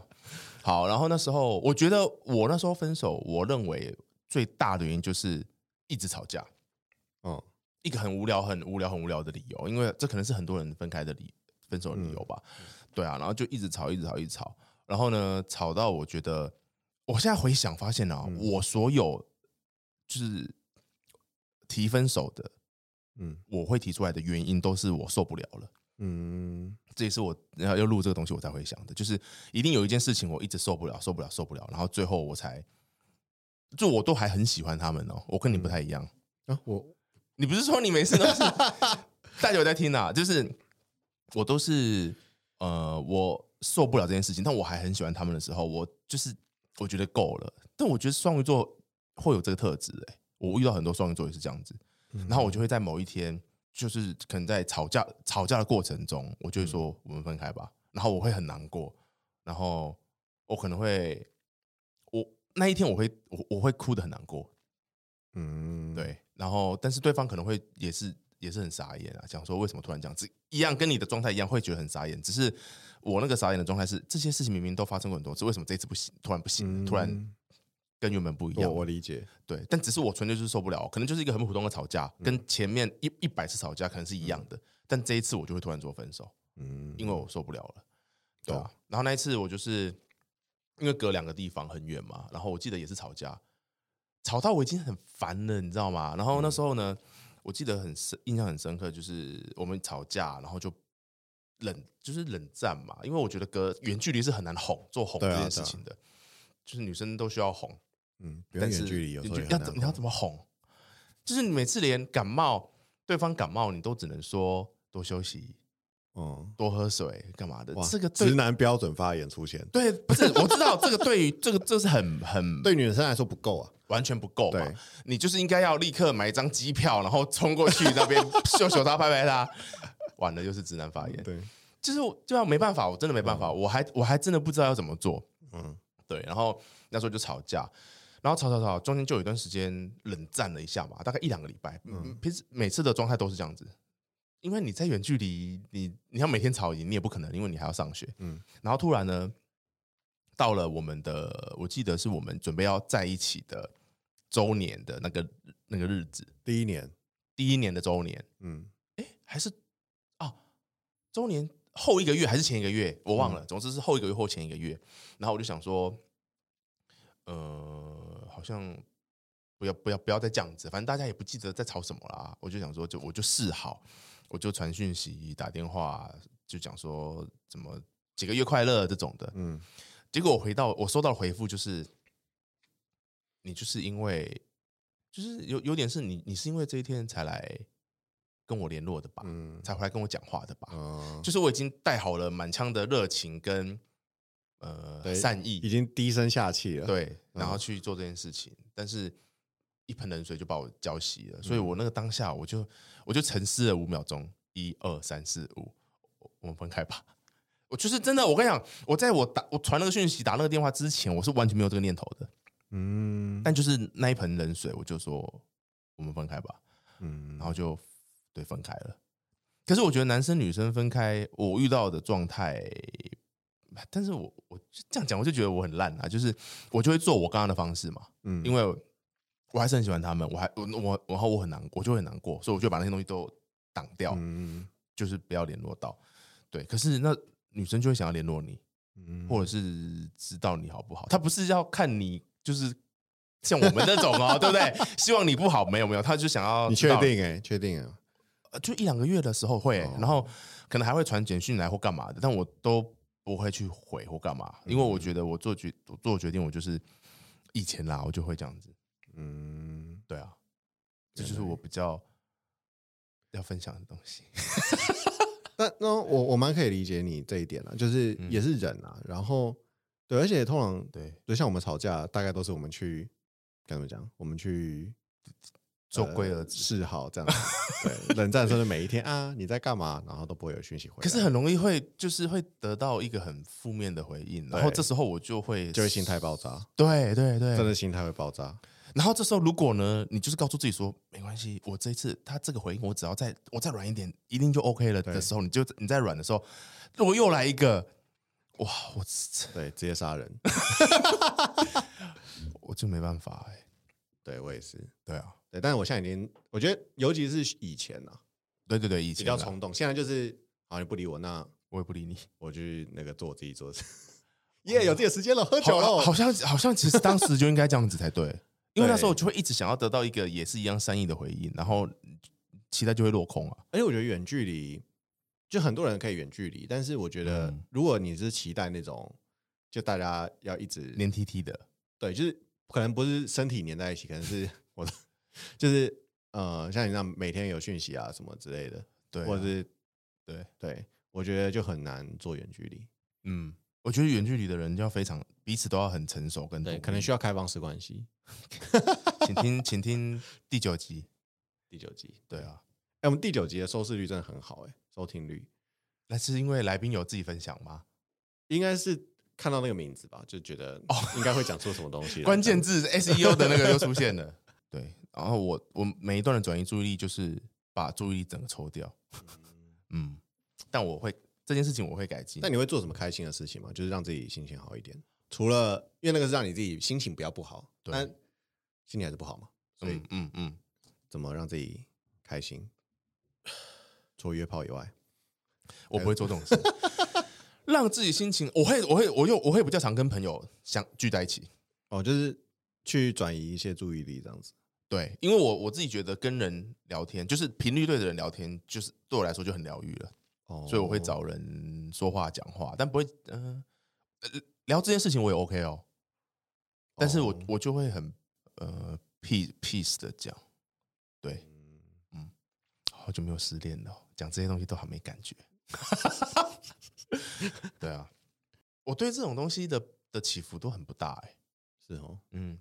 好，然后那时候我觉得我那时候分手，我认为最大的原因就是一直吵架，哦，一个很无聊、很无聊、很无聊的理由，因为这可能是很多人分开的理分手的理由吧。对啊，然后就一直吵，一直吵，一直吵，然后呢，吵到我觉得，我现在回想发现啊，我所有就是提分手的。嗯我会提出来的原因都是我受不了了。嗯这也是我要要录这个东西我才会想的，就是一定有一件事情我一直受不了，受不了，受不了，然后最后我才，就我都还很喜欢他们哦。我跟你不太一样，啊，我你不是说你每次都是大家有在听啊？就是我都是呃，我受不了这件事情，但我还很喜欢他们的时候，我就是我觉得够了。但我觉得双鱼座会有这个特质、欸，我遇到很多双鱼座也是这样子。嗯然后我就会在某一天，就是可能在吵架吵架的过程中，我就会说我们分开吧。然后我会很难过，然后我可能会，我那一天我会我我会哭的很难过，嗯，对。然后但是对方可能会也是也是很傻眼啊，讲说为什么突然这样子，一样跟你的状态一样，会觉得很傻眼。只是我那个傻眼的状态是，这些事情明明都发生过很多次，为什么这一次不行，突然不行，嗯突然跟原本不一我样？我理解，对，但只是我纯粹就是受不了，可能就是一个很普通的吵架，嗯跟前面一一百次吵架可能是一样的，但这一次我就会突然说分手，嗯，因为我受不了了，对啊懂。然后那一次我就是因为隔两个地方很远嘛，然后我记得也是吵架，吵到我已经很烦了，你知道吗？然嗯后那时候呢，我记得很深，印象很深刻，就是我们吵架，然后就冷，就是冷战嘛，因为我觉得隔远距离是很难哄，做哄对这啊件对事啊情的，就是女生都需要哄。嗯，不用但是远距离有时候也你很要难哦怎懂你要怎么哄？就是你每次连感冒，对方感冒，你都只能说多休息、嗯，多喝水，干嘛的哇，？这个直对男标准发言出现，对，不是我知道这个对于这个这是很很对女生来说不够啊，完全不够嘛对。你就是应该要立刻买一张机票，然后冲过去 那边秀秀他、拍拍他。完了，又是直男发言，嗯对，就是我就要没办法，我真的没办法，我还我还真的不知道要怎么做。嗯对，然后那时候就吵架，然后吵吵吵，中间就有一段时间冷战了一下嘛，大概一两个礼拜。嗯，平时每次的状态都是这样子，因为你在远距离，你你要每天吵赢，你也不可能，因为你还要上学。嗯然后突然呢，到了我们的，我记得是我们准备要在一起的周年的那个那个日子，第一年，第一年的周年，嗯还是啊，周年后一个月还是前一个月，我忘了，总之是后一个月或前一个月。然后我就想说，呃，好像不要不要不要再这样子，反正大家也不记得在吵什么啦。我就想说就，我就示好，我就传讯息、打电话，就讲说怎么几个月快乐这种的。嗯结果我回到我收到的回复就是，你就是因为就是有有点是你你是因为这一天才来跟我联络的吧，嗯才回来跟我讲话的吧。嗯，就是我已经带好了满腔的热情跟呃对善已意，经低声下气了，，对，嗯然后去做这件事情，但是一盆冷水就把我浇熄了，所以嗯我那个当下我就我就沉思了五秒钟，一二三四五，我我们分开吧。我就是真的，我跟你讲，我在我打我传那个讯息、打那个电话之前，我是完全没有这个念头的。嗯但就是那一盆冷水，我就说我们分开吧。嗯，然后就对分开了。可是我觉得男生女生分开，我遇到的状态，但是我我就这样讲，我就觉得我很烂啊，就是我就会做我刚刚的方式嘛，嗯因为我还是很喜欢他们，我还我我然后我很难，我就会很难过，所以我就把那些东西都挡掉，嗯就是不要联络到。对，可是那女生就会想要联络你，嗯或者是知道你好不好。他不是要看你，就是像我们那种哦， 对不对？希望你不好，没有没有，他就想要你哦知确道定哎，确定啊，呃就一两个月的时候会、哦然后可能还会传简讯来或干嘛的，但我都不会去回或干嘛，因为嗯我觉得我做决我做决定，我就是以前啦，我就会这样子。嗯。 对啊，这就是我比较要分享的东西。但那我我蛮可以理解你这一点啦，就是嗯也是人啊，然后对，而且通常对，就像我们吵架，大概都是我们去该怎么讲，我们去呃做龟儿子。示好 这样子，对，冷战甚至每一天啊你在干嘛，然后都不会有啊讯息回来，可是很容易会，就是会得到一个很负面的回应，然后这时候我就会就会心态爆炸，对对对，真的心态会爆炸，然后这时候如果呢，你就是告诉自己说没关系，我这一次他这个回应，我只要再我再软一点，一定就 OK 了对的时候，你就你再软的时候，如果又来一个，哇，我对，直接杀人，我就没办法哎、对我也是，对啊，对，但是我现在已经，我觉得尤其是以前啊，对对对，以比前啊较冲动，现在就是好你不理我，那我也不理你，我去那个做我自己 做的事，耶，哦有自己的时间了，喝酒好了，好像好像其实当时就应该这样子才 对，因为那时候我就会一直想要得到一个也是一样善意的回应，然后期待就会落空啊。而且我觉得远距离，就很多人可以远距离，但是我觉得嗯如果你是期待那种，就大家要一直黏 T T 的，对，就是可能不是身体黏在一起，可能是 我的，就是呃，像你那样每天有讯息啊什么之类的，对啊、或者是对对，我觉得就很难做远距离，嗯，我觉得远距离的人就要非常彼此都要很成熟跟独对，立可能需要开放式关系。请听，请听第九集。第九集，对啊，哎、我们第九集的收视率真的很好、哎，收听率那是因为来宾有自己分享吗？应该是看到那个名字吧，就觉得应该会讲出什么东西来，哦 关键字字 SEO 的那个又出现了。 对，然后我我每一段的转移注意力就是把注意力整个抽掉。 嗯，但我会这件事情我会改进那。你会做什么开心的事情吗？就是让自己心情好一点。除了因为那个是让你自己心情不要不好，对但心情还是不好嘛，所以嗯嗯嗯，怎么让自己开心？除了约炮以外，我不会做这种事。 让自己心情，我会我会我又我会比较常跟朋友相聚在一起。哦，就是去转移一些注意力，这样子。对，因为我我自己觉得跟人聊天，就是频率对的人聊天，就是对我来说就很疗愈了。哦，所以我会找人说话讲话，但不会嗯、呃聊这件事情我也 OK 哦，但是我、哦我就会很呃 peace peace 的讲，对，嗯，好久没有失恋了哦，讲这些东西都还没感 觉，对啊，我对这种东西的的起伏都很不大哎、是哦，嗯，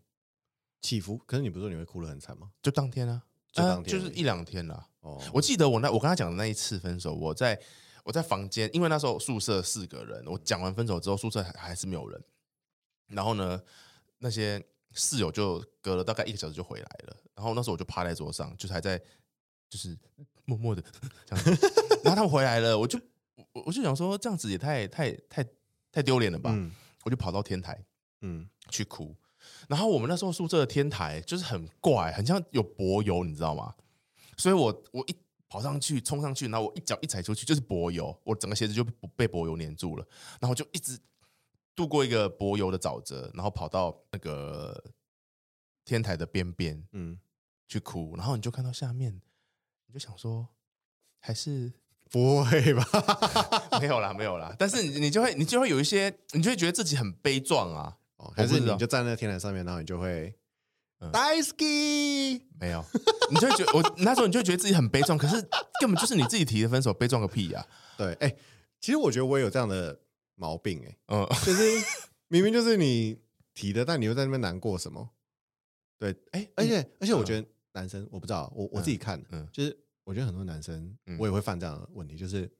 起伏。可是你不是说你会哭得很惨吗？就当天啊，就当啊天而已就是一两天啦、哦，我记得我那我跟他讲的那一次分手，我在我在房间，因为那时候宿舍四个人，我讲完分手之后，宿舍还还是没有人。然后呢，那些室友就隔了大概一个小时就回来了。然后那时候我就趴在桌上，就是还在就是默默的 这样子。然后他们回来了，我就我我就想说，这样子也太太太太丢脸了吧？嗯我就跑到天台，嗯，去哭。然后我们那时候宿舍的天台就是很怪，很像有柏油，你知道吗？所以我我一跑上去冲上去，然后我一脚一踩出去就是柏油，我整个鞋子就被被柏油粘住了。然后我就一直度过一个柏油的沼泽，然后跑到那个天台的边边嗯，去哭。然后你就看到下面，你就想说，还是不会吧？没有啦，没有啦。但是你你就会你就会有一些，你就会觉得自己很悲壮啊。哦，我还不是知道你就站在天台上面，然后你就会呃嗯 Daisy，没有，你就会觉得我那时候你就会觉得自己很悲壮，可是根本就是你自己提的分手，悲壮个屁呀、对，哎、其实我觉得我也有这样的毛病、哎，嗯， 就是明明就是你提的，但你又在那边难过什么？对，哎、而且、而且，我觉得男生我不知道，我我自己看，嗯嗯嗯，就是我觉得很多男生嗯，我也会犯这样的问题，就是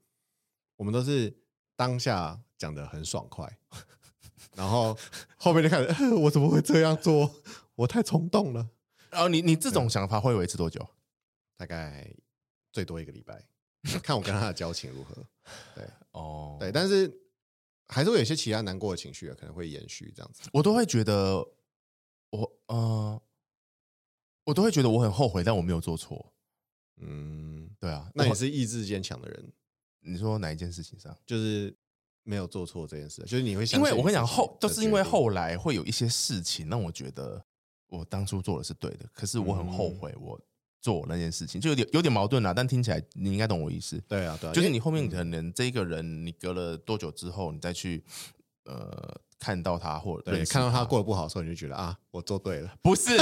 我们都是当下讲的很爽快， 然后后面就开始、呃我怎么会这样做？我太冲动了，然后你你这种想法会维持多久？大概最多一个礼拜， 看我跟他的交情如何。 哦，对，但是还是会有一些其他难过的情绪啊，可能会延续这样子。我都会觉得我呃，我都会觉得我很后悔，但我没有做错。嗯，对啊，那你我是意志坚强的人，你说哪一件事情上？就是没有做错这件事，啊就是你会相信因为我跟你讲自己后，的都是因为决定后来会有一些事情让我觉得我当初做的是对的，可是我很后嗯悔我做那件事情，就有点有点矛盾啦。但听起来你应该懂我意思。对啊，对啊，就是因为你后面可能这个人，你隔了多久之后，你再去呃看到他或者对认识看到他过得不好的时候，你就觉得啊，我做对了。不是，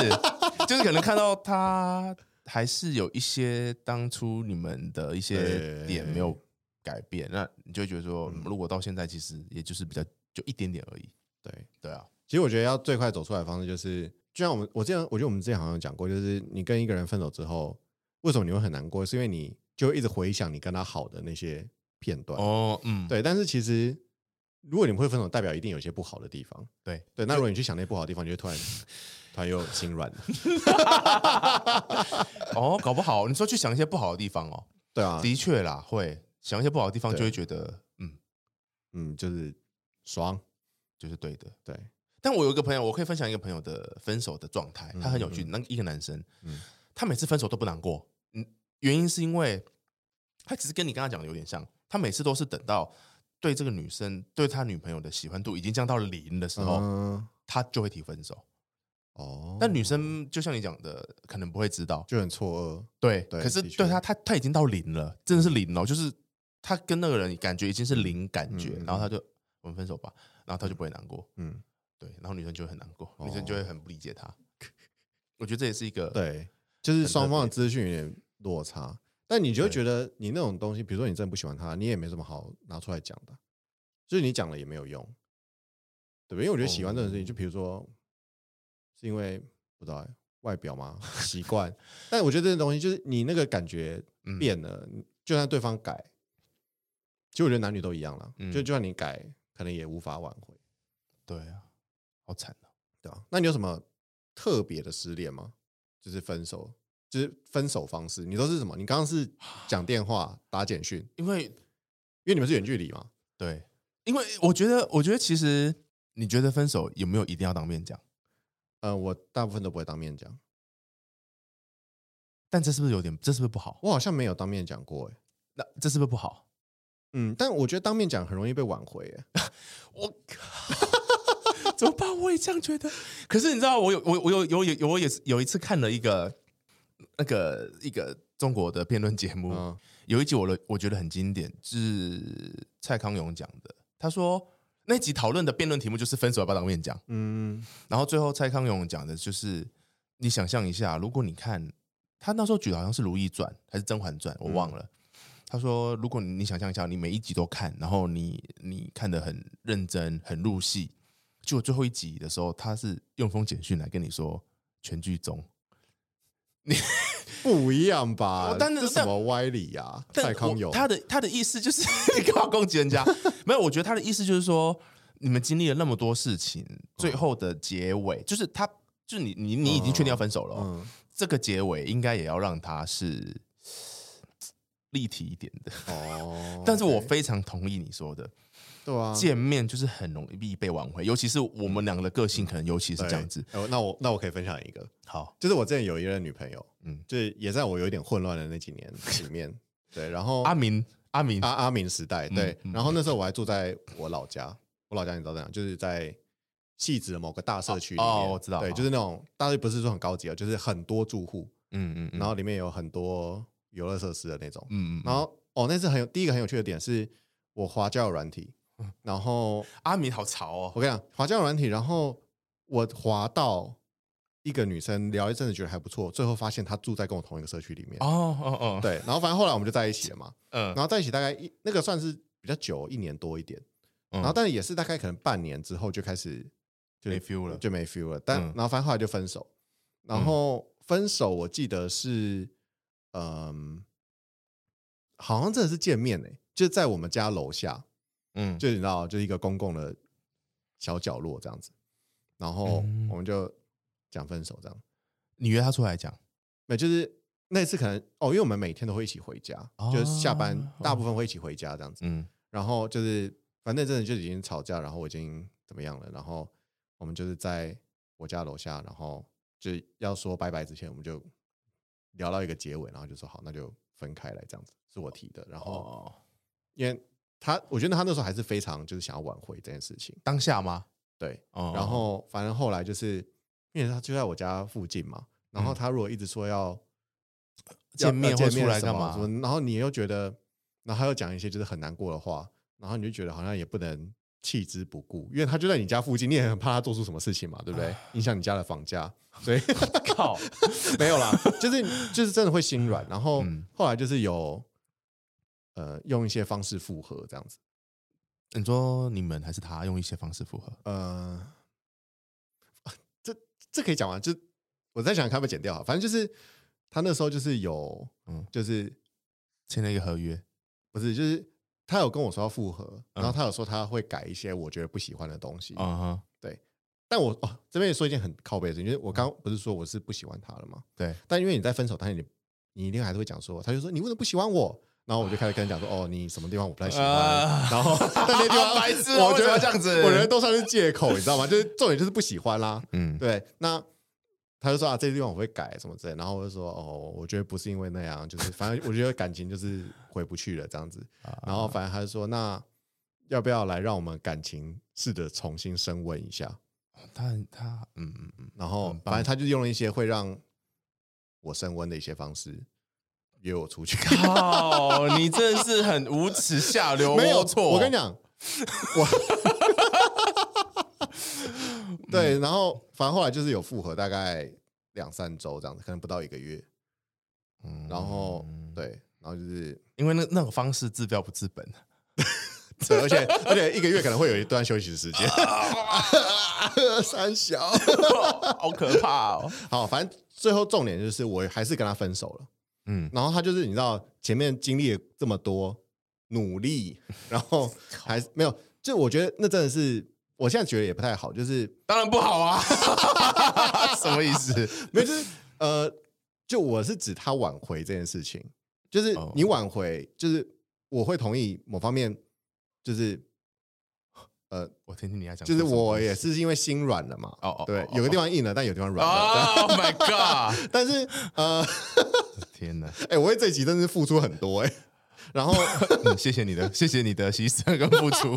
就是可能看到他还是有一些当初你们的一些对点没有改变，那你就会觉得说，嗯如果到现在其实也就是比较就一点点而已，对，对啊，其实我觉得要最快走出来的方式，就是就像我们，我之前我觉得我们之前好像有讲过，就是你跟一个人分手之后，为什么你会很难过？是因为你就会一直回想你跟他好的那些片段。哦，嗯，对，但是其实如果你们会分手，代表一定有一些不好的地方。对对，那如果你去想那些不好的地方，你就会突 然突然又心软了。哦，搞不好你说去想一些不好的地方哦，对 啊，的确啦，会想一些不好的地方，对就会觉得嗯，嗯，就是爽，就是对的。对，但我有一个朋友，我可以分享一个朋友的分手的状态，他很有趣。嗯那一个男生，嗯他每次分手都不难过，嗯，原因是因为他其实跟你刚刚讲的有点像，他每次都是等到对这个女生对他女朋友的喜欢度已经降到零的时候，嗯他就会提分手。哦，但女生就像你讲的，可能不会知道，就很错对，对可是的确对他，他他已经到零了，真的是零哦，就是他跟那个人感觉已经是零感觉，嗯嗯然后他就我们分手吧，然后他就不会难过，愕，嗯，对，然后女生就会很难过，哦女生就会很不理解他。 我觉得这也是一个，对，就是很双特方的别资讯有点落差，但你就对觉得你那种东西，比如说你真的不喜欢他，你也没什么好拿出来讲的，啊就是你讲了也没有用，对吧？因为我觉得喜欢这种事情，哦就比如说是因为不知道欸、外表嘛， 习惯，但我觉得这种东西就是你那个感觉嗯变了，就算对方改，其实我觉得男女都一样啦，嗯就就算你改，可能也无法挽回，对啊，好惨啊！对吧、那你有什么特别的失恋吗？就是分手，就是分手方式，你都是什么？你刚刚是讲电话、打简讯，因为因为你们是远距离嘛。对，因为我觉得，我觉得其实你觉得分手有没有一定要当面讲？呃，我大部分都不会当面讲，但这是不是有点，这是不是不好？我好像没有当面讲过哎、那这是不是不好？ 嗯，但我觉得当面讲很容易被挽回、欸，我靠，怎么办？我也这样觉得。可是你知道，我有我我有有有我也是有一次看了一个那个一个中国的辩论节目，嗯有一集我的我觉得很经典，是蔡康永讲的。他说那集讨论的辩论题目就是分手要不要当面讲，嗯然后最后蔡康永讲的就是你想象一下，如果你看他那时候举的好像是《如懿传》还是《甄嬛传》，我忘了。他说：“如果你你想象一下，你每一集都看，然后你你看得很认真、很入戏，结果最后一集的时候，他是用封简讯来跟你说全剧终。不一样吧？我哦但是这什么歪理呀、但蔡康我永他的他的意思就是你干嘛攻击人家？没有，我觉得他的意思就是说，你们经历了那么多事情，最后的结尾就是他，就是你你你已经确定要分手了哦、嗯，这个结尾应该也要让它是立体一点的。，哦但是我 OK，非常同意你说的，对啊，见面就是很容易被挽回，尤其是我们两个的个性可能尤其嗯是对这样子。哦那我那我可以分享一个，好，就是我之前有一任女朋友，嗯嗯，就是也在我有一点混乱的那几年里面，对，然后阿明，阿明，阿阿明时代，对。嗯嗯然后那时候我还住在我老家，我老家你知道在哪？就是在戏子的某个大社区里面。哦哦我知道对，好就是那种大家不是说很高级啊，就是很多住户，嗯嗯，嗯然后里面有很多游乐设施的那种。嗯嗯，然然后后哦，那次很有第一个很有趣的点是，我滑交友软体，嗯然后阿明好潮哦，我跟你讲啊滑交友软体，然后我滑到一个女生聊一阵子觉得还不错，最后发现她住在跟我同一个社区里面。哦哦哦，，对，然后反正后来我们就在一起了 嘛。嗯然，后在一起大概一那个算是比较久，一年多一点。嗯然后但是也是大概可能半年之后就开始就没 feel 了就没 feel 了。但、嗯然后反正后来就分手。然后分手我记得是，嗯，好像真的是见面呢、欸就在我们家楼下，嗯，就你知道，就是一个公共的小角落这样子。然后嗯我们就讲分手这样。你约他出来讲，没有，就是那次可能哦，因为我们每天都会一起回家，哦就是下班大部分会一起回家这样子。嗯然后就是反正真的就已经吵架，然后我已经怎么样了，然后我们就是在我家楼下，然后就要说拜拜之前，我们就聊到一个结尾，然后就说好，那就分开来这样子，是我提的。然后哦，因为他，我觉得他那时候还是非常就是想要挽回这件事情，当下吗？对。哦，然后反正后来就是因为他就在我家附近嘛，然后嗯他如果一直说要。要见面要呃或见出面来什干么嘛什？么然后你又觉得，然后他又讲一些就是很难过的话，然后你就觉得好像也不能弃之不顾，因为他就在你家附近，你也很怕他做出什么事情嘛，对不对？影响你家的房价，所以 靠，没有啦，就是就是真的会心软。然后嗯后来就是有，呃用一些方式复合这样子。你说你们还是他用一些方式复合？呃，啊这这可以讲完，就我在想看要不要剪掉好，啊反正就是他那时候就是有，嗯就是签了一个合约，不是就是他有跟我说要复合，嗯然后他有说他会改一些我觉得不喜欢的东西，嗯哼，但我哦这边也说一件很靠背的事情，就是嗯我刚刚不是说我是不喜欢他了吗？对，但因为你在分手当天，你你一定还是会讲说，他就说你为什么不喜欢我？然后我就开始跟他讲说，哦，你什么地方我不太喜欢。啊然后 但那 地方白痴哦我觉为什得么这样子我觉得都算是借口，你知道吗？就是重点就是不喜欢啦。嗯，对，那他就说啊，这地方我会改什么之类的，然后我就说哦，我觉得不是因为那样，就是反正我觉得感情就是回不去了这 样子。啊然后反正他就说，那要不要来让我们感情试着重新升温一下？他很他嗯嗯嗯，然后很棒反正他就用了一些会让我升温的一些方式约我出去。 靠，哦你真的是很无耻下流，没有错，我跟你， 讲，我对，然后反正后来就是有复合，大概两三周这样子，可能不到一个月。嗯然后、对，然后就是因为那那种方式治标不治 本，对，而且而且一个月可能会有一段休息时 间。三小好可怕哦， 好，反正最后重点就是我还是跟他分手了。嗯，然后他就是你知道前面经历了这么多努力，然后还是没有，就我觉得那真的是我现在觉得也不太好，就是当然不好啊， 什么意思？ 没有就是呃，就我是指他挽回这件事情，就是哦你挽回，就是我会同意某方面，就是我听听你要讲，就是我也是因为心软了嘛，哦哦对哦，有个地方硬了，但有地方软了。 ，Oh my God， 但是呃， 天哪！哎、我为这一集真的是付出很多哎、然后嗯谢谢你的，谢谢你的牺牲跟 付出。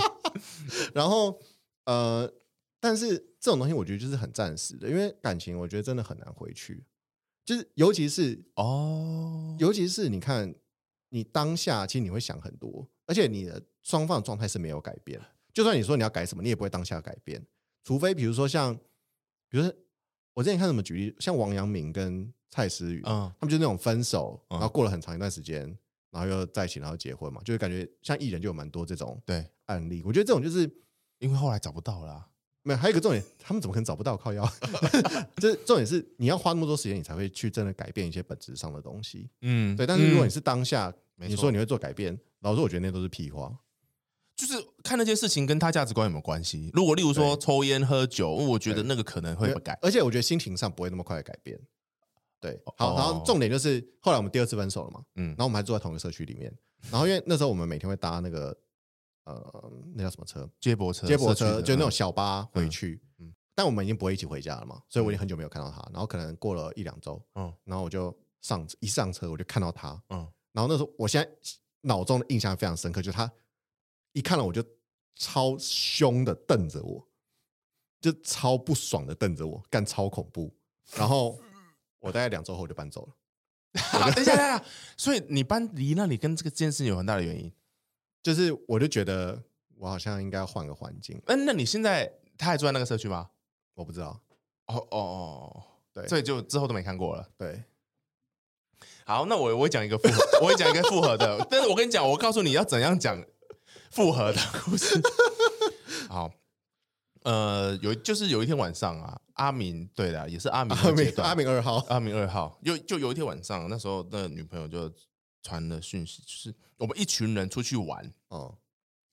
然后呃，但是这种东西我觉得就是很暂时的，因为感情我觉得真的很难回去，就是尤其是哦，尤其是你看你当下，其实你会想很多，而且你的双方的状态是没有改变，就算你说你要改什么，你也不会当下改变，除非比如说像，比如说我之前看什么举例，像王阳明跟蔡诗雨，嗯，他们就是那种分手，嗯然后过了很长一段时间。然后又在一起，然后结婚嘛，就是感觉像艺人就有蛮多这种对，案例。我觉得这种就是因为后来找不到啦。没有，还有一个重点，他们怎么可能找不到靠腰？ 就是重点是你要花那么多时间，你才会去真的改变一些本质上的东西。嗯，对，但是如果嗯你是当下，没你错说你会做改变，老实说，我觉得那都是屁话。就是看那件事情跟他价值观有没有关系。如果例如说抽烟喝酒，我觉得那个可能会没有不改。而且我觉得心情上不会那么快的改变。对，好，哦然后重点就是后来我们第二次分手了嘛，嗯然，后我们还住在同一个社区里面，然后因为那时候我们每天会搭那个呃那叫什么车，接驳车，接驳社区车，的就那种小巴回嗯去。嗯但我们已经不会一起回家了嘛，所以我已经很久没有看到他。然后可能过了一两周，嗯然后我就上一上车我就看到他，嗯，然后那时候我现在脑中的印象非常深刻，就是他一看到我就超凶的瞪着我，就超不爽的瞪着我，干超恐怖。然后我大概两周后就搬走了，啊 等一下，等一下，所以你搬离那里跟这个这件事情有很大的原因。就是我就觉得我好像应该要换个环境，嗯，那你现在他还住在那个社区吗？我不知道。哦哦哦，对所以就之后都没看过了。对，好，那我我会讲一个复合，我会讲一个复合的。 但是我跟你讲，我告诉你要怎样讲复合的故 事。好，呃，有就是有一天晚上啊，阿明对的，也是阿明阿的阶明段啊阿明二号，阿明二号，就就有一天晚上，那时候那女朋友就传了讯息，就是我们一群人出去玩，哦，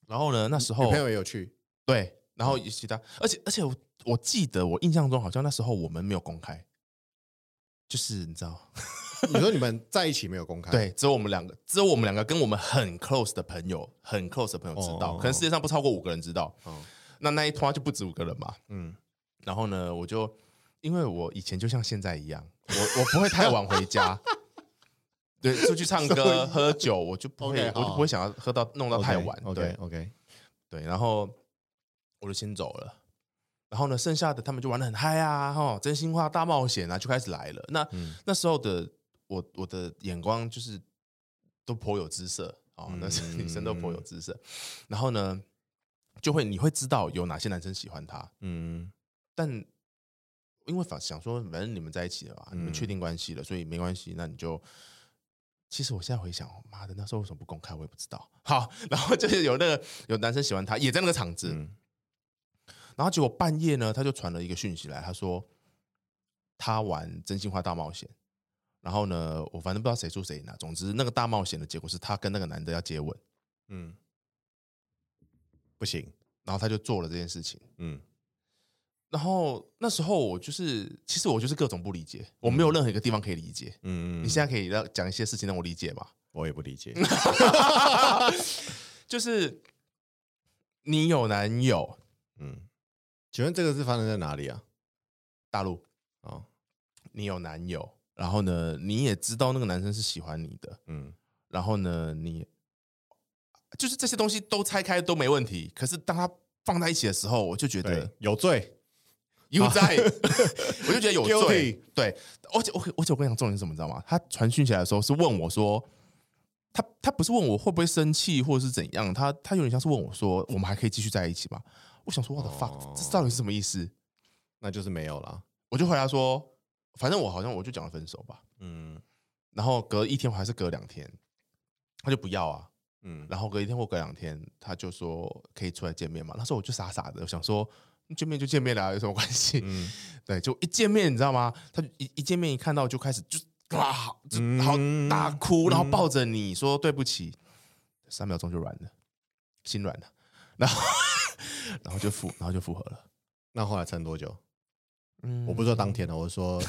然后呢，那嗯时女候朋友也嗯有去，对，然后其他，而且而且我我记得我印象中好像那时候我们没有公开，就是你知啊道，你说你们在一起没有公开？，对，只有我们两个，只有我们两个跟我们很 close 的朋友，很 close 的朋友知道，哦可能世界上不超过五个人知道。哦，那那一团就不止五个人嘛。嗯，然后呢，我就因为我以前就像现在一样，我我不会太晚回家， 对，出去唱什么意思歌喝酒，我就不会 OK，我就好不会想要喝到弄到太晚。 OK 对 OK，对，然后我就先走了。然后呢，剩下的他们就玩的很嗨啊，哈，真心话大冒险啊，就开始来了。那、嗯那时候的我，我的眼光就是都颇有姿色啊、哦，那是嗯女生都颇有姿色。然后呢，就会你会知道有哪些男生喜欢她，嗯但因为反想说，反正你们在一起了吧，你们嗯确定关系了，所以没关系，那你就其实我现在回想，妈的，那时候为什么不公开，我也不知道。 好，然后就是有那个有男生喜欢她，也在那个场子，嗯然后结果半夜呢，他就传了一个讯息来，他说他玩真心话大冒险，然后呢，我反正不知道谁输谁赢了、总之，那个大冒险的结果是他跟那个男的要接吻，嗯，不行，然后他就做了这件事情。嗯然后那时候我就是，其实我就是各种不理解，我嗯没有任何一个地方可以理解。嗯嗯，你现在可以让讲一些事情让我理解吧？我也不理解， 就是你有男友，嗯，请问这个是发生在哪里啊？大陆，哦，你有男友，然后呢，你也知道那个男生是喜欢你的，嗯然后呢，你就是这些东西都拆开都没问题。可是当他放在一起的时候，我就觉对得，有罪，有在，我就觉得有啊罪 Guilty。对，而且我而且我跟你讲，重点是什么，你知道吗？他传讯起来的时候是问我说，他他不是问我会不会生气或者是怎样，他他有点像是问我说，我们还可以继续在一起吗？我想说，what the fuck，、哦这到底是什么意思？那就是没有啦。我就回答说，反正我好像我就讲了分手吧。嗯然后隔一天，我还是隔两天，他就不要啊。嗯，然后隔一天或隔两天，他就说可以出来见面嘛。那时候我就傻傻的，我想说嗯见面就见面啦，有什么关系？嗯 对，就一见面，你知道吗？他就一一见面一看到就开始就哇，就嗯好大哭，嗯然后抱着你说对不起，三秒钟就软了，心软了，然后 然后就复，然后就复合了。那后来撑多久？嗯我不是说当天的，我是 说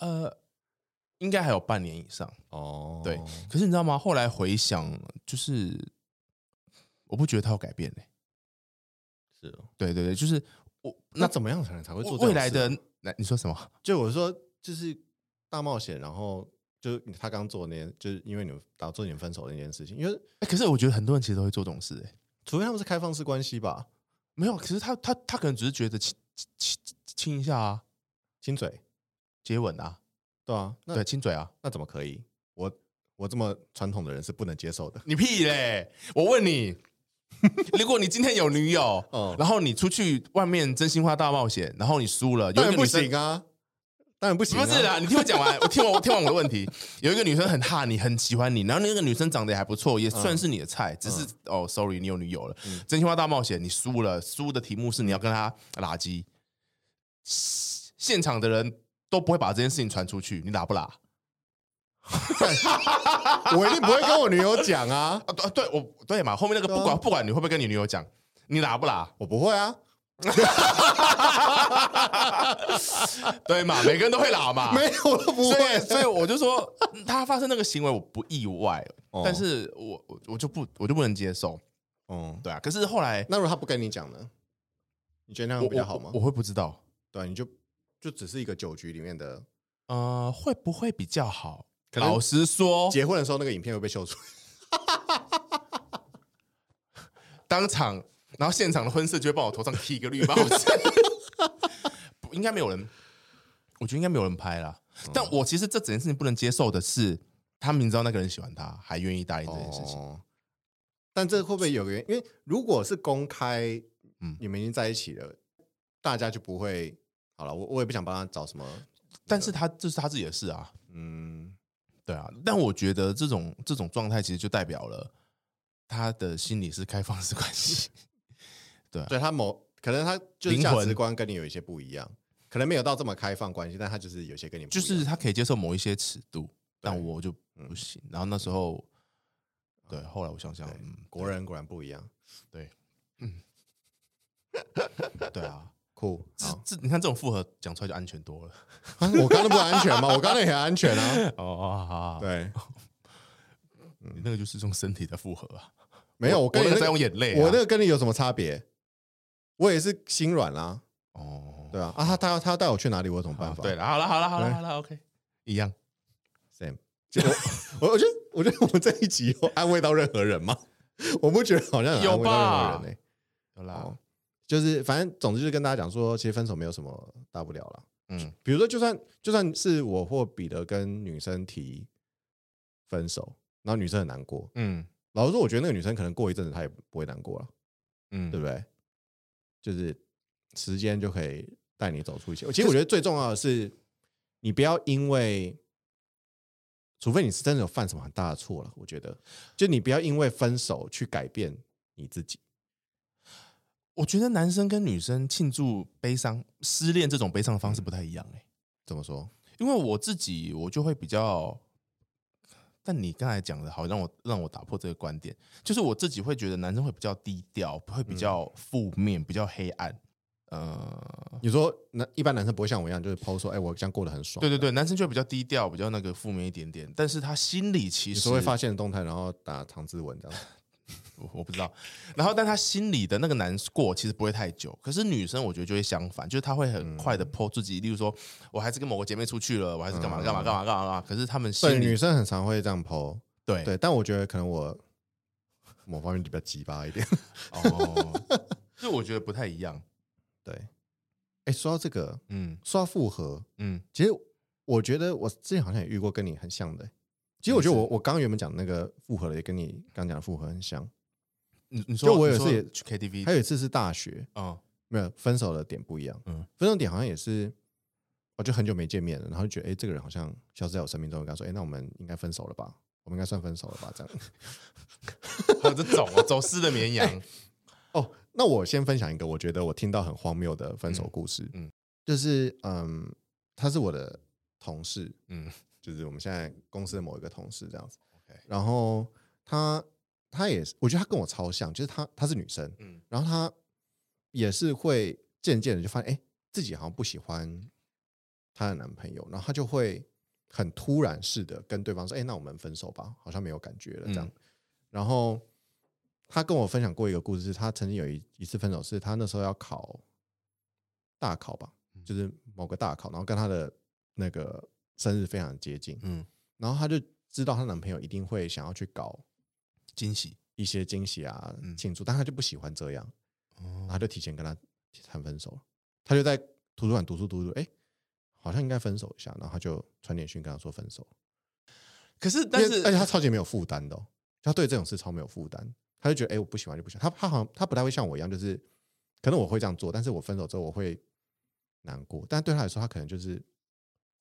呃，应该还有半年以上。哦，对，可是你知道吗？后来回想，就是我不觉得他有改变嘞、是哦。对对对，就是我那那怎么样才能才会做这种未来事啊啊的？那你说什么？就我说，就是大冒险，然后就是他刚做的那件，就是因为你们打做你们分手的那件事情，因为哎、可是我觉得很多人其实都会做这种事、哎，除非他们是开放式关系吧，没有。可是他他他可能只是觉得亲亲亲亲一下啊，亲嘴，接吻啊，对啊，那对，亲嘴啊。那怎么可以？我我这么传统的人是不能接受的。你屁嘞！我问你，如果你今天有女友， 哦然后你出去外面真心话大冒险，然后你输了，有一当个然不女生行啊，当然不行、啊。不是啦，你听我讲完，我听完我 听完我的问题。有一个女生很怕你，很喜欢你，然后那个女生长得也还不嗯错，也算是你的菜，只是哦，sorry，你有女友了。真心话大冒险你输了，输的题目是你要跟她拉鸡，现场的人都不会把这件事情传出去，你打不啊打？我一定不会跟我女友讲啊，啊，对对，我对嘛，后面那个不对啊管不管你会不会跟你女友讲，你打不打？我不会啊，对 嘛，每个人都会打嘛，没有我啊都不啊所会以，。所以我就说嗯他发生那个行为我不意外，哦但是我我我就不我就不能接受，哦、对啊。可是后来那如果他不跟你讲呢？你觉得那我样比较好吗我？我会不知道，对啊，你就就只是一个酒局里面的，呃，会不会比较好？可能老实说，结婚的时候那个影片会被秀出来。当场，然后现场的婚摄就会帮我头上剃一个绿帽 子，不应该没有人，我觉得应该没有人拍啦。嗯但我其实这整件事情不能接受的是，他明知道那个人喜欢他，还愿意答应这件事情。哦。但这会不会有个原因？因为如果是公开，嗯嗯，你们已经在一起了，大家就不会好了。我我也不想帮他找什么，但是他这、是他自己的事啊，嗯，对啊，但我觉得这种这种状态其实就代表了他的心理是开放式关系，对他某可能他就是灵价魂值观跟你有一些不一样，可能没有到这么开放关系，但他就是有些跟你不一就样是他可以接受某一些尺度，但对嗯我就不行。然后那时候，对，后来我想想，对嗯，国人果然不一样，对啊，酷。这好这你看这种复合讲出来就安全多了。啊 我刚刚不安全吗？我刚刚也很安全啊。 哦哦， 好，对，你那个就是用身体的复合啊，没有，我跟你那那个在个用眼泪啊，我那个跟你有什么差别？我也是心软啦，哦，对啊，啊，他他要他要带我去哪里，我有什么办好法？哦对了，好了，好了，好了，对好了，OK，一样。 Sam，我我我觉得我觉得我们这一集有安慰到任何人吗？ 我不觉得好像有安慰到任何人呢、欸有啦好，就是反正总之就是跟大家讲说，其实分手没有什么大不了啦。嗯比如说，就算就算是我或彼得跟女生提分手，然后女生很难过，嗯老实说，我觉得那个女生可能过一阵子她也不会难过了，嗯，对不对？就是时间就可以带你走出一些。其实我觉得最重要的是你不要因为，除非你是真的有犯什么很大的错了，我觉得，就你不要因为分手去改变你自己。我觉得男生跟女生庆祝悲伤、失恋这种悲伤的方式不太一样哎、怎么说？因为我自己我就会比较，但你刚才讲的好让我让我打破这个观点，就是我自己会觉得男生会比较低调，会嗯比较负面，比较黑暗。呃，你说那一般男生不会像我一样，就是 PO 说，哎、我这样过得很爽。对对对，男生就会比较低调，比较那个负面一点点，但是他心里其你实说会发现动态，然后打唐志文这 样。我我不知道。然后，但他心里的那个难过其实不会太久。可是女生我觉得就会相反，就是她会很快的剖自己，例如说，我还是跟某个姐妹出去了，我还是干嘛干嘛干嘛干嘛干嘛。可是他们对，心女里生很常会这样 PO。对对，但我觉得可能我某方面比较鸡巴一点。 哦，就我觉得不太一样。对，哎、说到这个，嗯说到复合，嗯，其实我觉得我之前好像也遇过跟你很像的欸、其嗯实我觉得我我刚原本讲的那个复合的，也跟你刚讲的复合很像。你你说就我有你一次说也去 KTV，还有一次是大学，嗯没有分手的点不一样。嗯分手点好像也是，我就很久没见面了，然后就觉得哎、诶这个人好像消失在我生命中。我跟他说，哎、那我们应该分手了吧？我们应该算分手了吧？这样。还有这种哦走私的绵羊，哦，那我先分享一个我觉得我听到很荒谬的分手故事。嗯，嗯嗯就是嗯，他是我的同事，嗯就是我们现在公司的某一个同事这样子。 OK 然后他他也是，我觉得他跟我超像，就是他她是女生，嗯然后她也是会渐渐的就发现，哎、自己好像不喜欢她的男朋友，然后她就会很突然似的跟对方说，哎、那我们分手吧，好像没有感觉了这样。嗯然后她跟我分享过一个故事，是她曾经有一一次分手，是她那时候要考大考吧，嗯就是某个大考，然后跟她的那个生日非常接近，嗯，然后她就知道她男朋友一定会想要去搞惊喜一些惊喜啊嗯庆祝，但她就不喜欢这样。然后哦他就提前跟他谈分手了。他就在图书馆读书读书，哎、好像应该分手一下，然后他就传简讯跟他说分手。可是但因是为而且他超级没有负担的、哦，他对这种事超没有负担，他就觉得哎、诶我不喜欢就不喜欢。他他好像他不太会像我一样，就是可能我会这样做，但是我分手之后我会难过，但对他来说，他可能就是。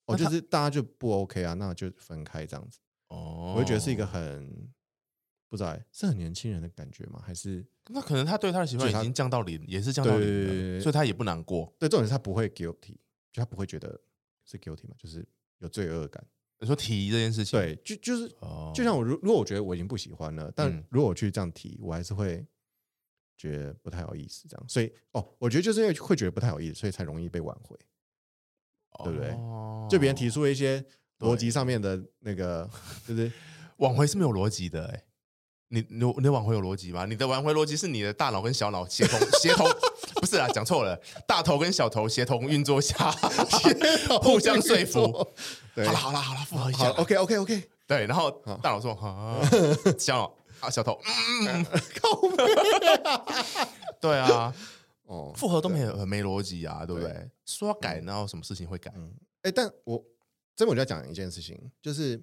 哦，那他就是大家就不 OK 啊，那就分开这样子，哦我就觉得是一个很不知道、欸、是很年轻人的感觉吗？还是那可能他对他的喜欢就是已他经降到零，也是降到对对对对零对了，所以他也不难过。对，重点是他不会 guilty，就他不会觉得是 guilty 嘛，就是有罪恶感。你说提这件事情，，对，就就是哦就像我如如果我觉得我已经不喜欢了，但嗯如果我去这样提，我还是会觉得不太好意思这样。所以哦，我觉得就是因为会觉得不太好意思，所以才容易被挽回。对不对哦就别人提出一些逻辑上面的那个，就是挽回是没有逻辑的、欸，哎，你你你挽回有逻辑吗？你的挽回逻辑是你的大脑跟小脑协同 协同，不是啊，讲错了，大头跟小头协同运作 下 互相说服。。对，好了好了好了，复合一好下啦。 ，OK OK OK，对，然后好大脑说啊，小脑啊小头，嗯，靠背 对啊，哦，复合都没对。有很没逻辑啊，对不对对？说要改，然后什么事情会改？嗯，哎、但我这边我就要讲一件事情，就是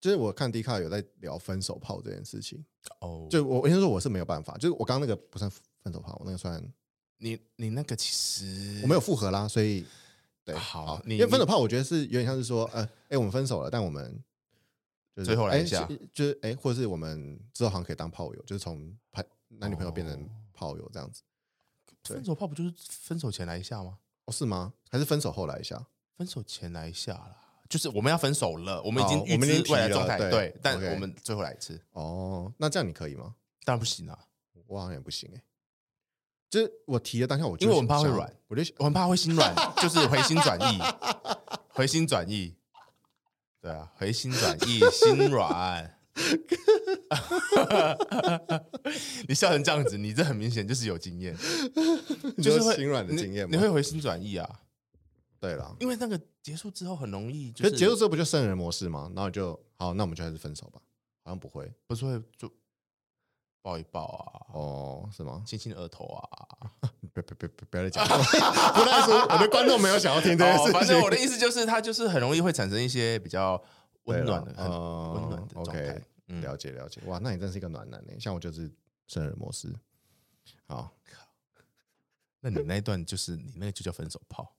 就是我看 D 卡有在聊分手炮这件事情，哦，就我我先说我是没有办法，就是我刚刚那个不算分手炮，我那个嗯算你你那个其实我没有复合啦，所以对，好哦你因为分手你炮我觉得是有点像是说，呃，哎、我们分手了，但我们就是最后来哎一下是就是哎、或者是我们之后好像可以当炮友，就是从朋男女朋友变成哦炮友这样子，对分手炮不就是分手前来一下吗？哦是吗？还是分手后来一下？分手前来一下啦，就是我们要分手了，我们已哦经我预们已经知未来提了状态，对对，但 OK 我们最后来一次，哦，那这样你可以吗？当然不行啊，我好像也不行哎、就是我提的当下我就因为我们怕会想软，我就 想我很怕会心软，就是回心转意，回心转意，对啊，回心转意，心软。 你笑成这样子，你这很明显就是有经验，你就说是会心软的你经验你吗？会回心转意啊？对啦，因为那个结束之后很容易，就可是是结束之后不就圣人模式吗？然后你就好，那我们就还是分手吧，好像不会不是会就抱一抱啊，哦，是吗？亲亲额头啊，别别别别不要再讲了，不太说我的观众没有想要听这件哦事反情正。我的意思就是，它就是很容易会产生一些比较对温啦暖的、很哦温暖的状态 OK，。嗯了解了解，哇，那你真是一个暖男呢。像我就是圣人模式。好， 那你那一段就是你那个就叫分手炮，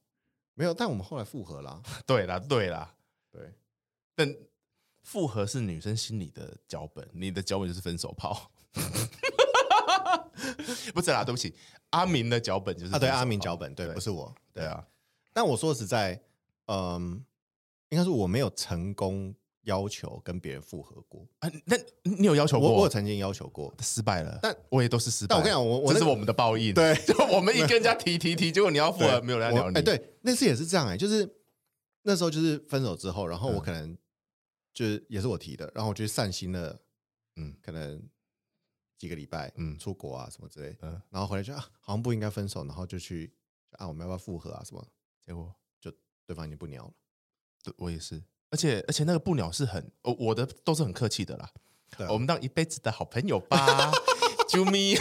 没有，但我们后来复合啦。对啦，对啦， 对，但复合是女生心里的脚本，你的脚本就是分手 炮。不是啦，对不起，阿明的脚本就是啊，对，分手阿明炮脚本，对，不是我，对啊，但我说实在，嗯，应该是我没有成功要求跟别人复合过。啊，那你你有要求我过？我有曾经要求过，失败了，但我也都是失败。但我跟你讲我我那这是个我们的报应。对就 我们一跟人家提提提，结果你要复合，没有人要我聊你。哎，，对，那次也是这样哎、就是那时候就是分手之后，然后我嗯可能就是也是我提的，然后我就散心了，嗯嗯，可能几个礼拜，嗯嗯，出国啊什么之类，嗯，然后回来就啊，好像不应该分手，然后就去啊，我们要不要复合啊什么？结果对方已经不鸟了，对我也是，而且而且那个布鸟是很，我我的都是很客气的啦。对啊我们当一辈子的好朋友 吧，啾咪。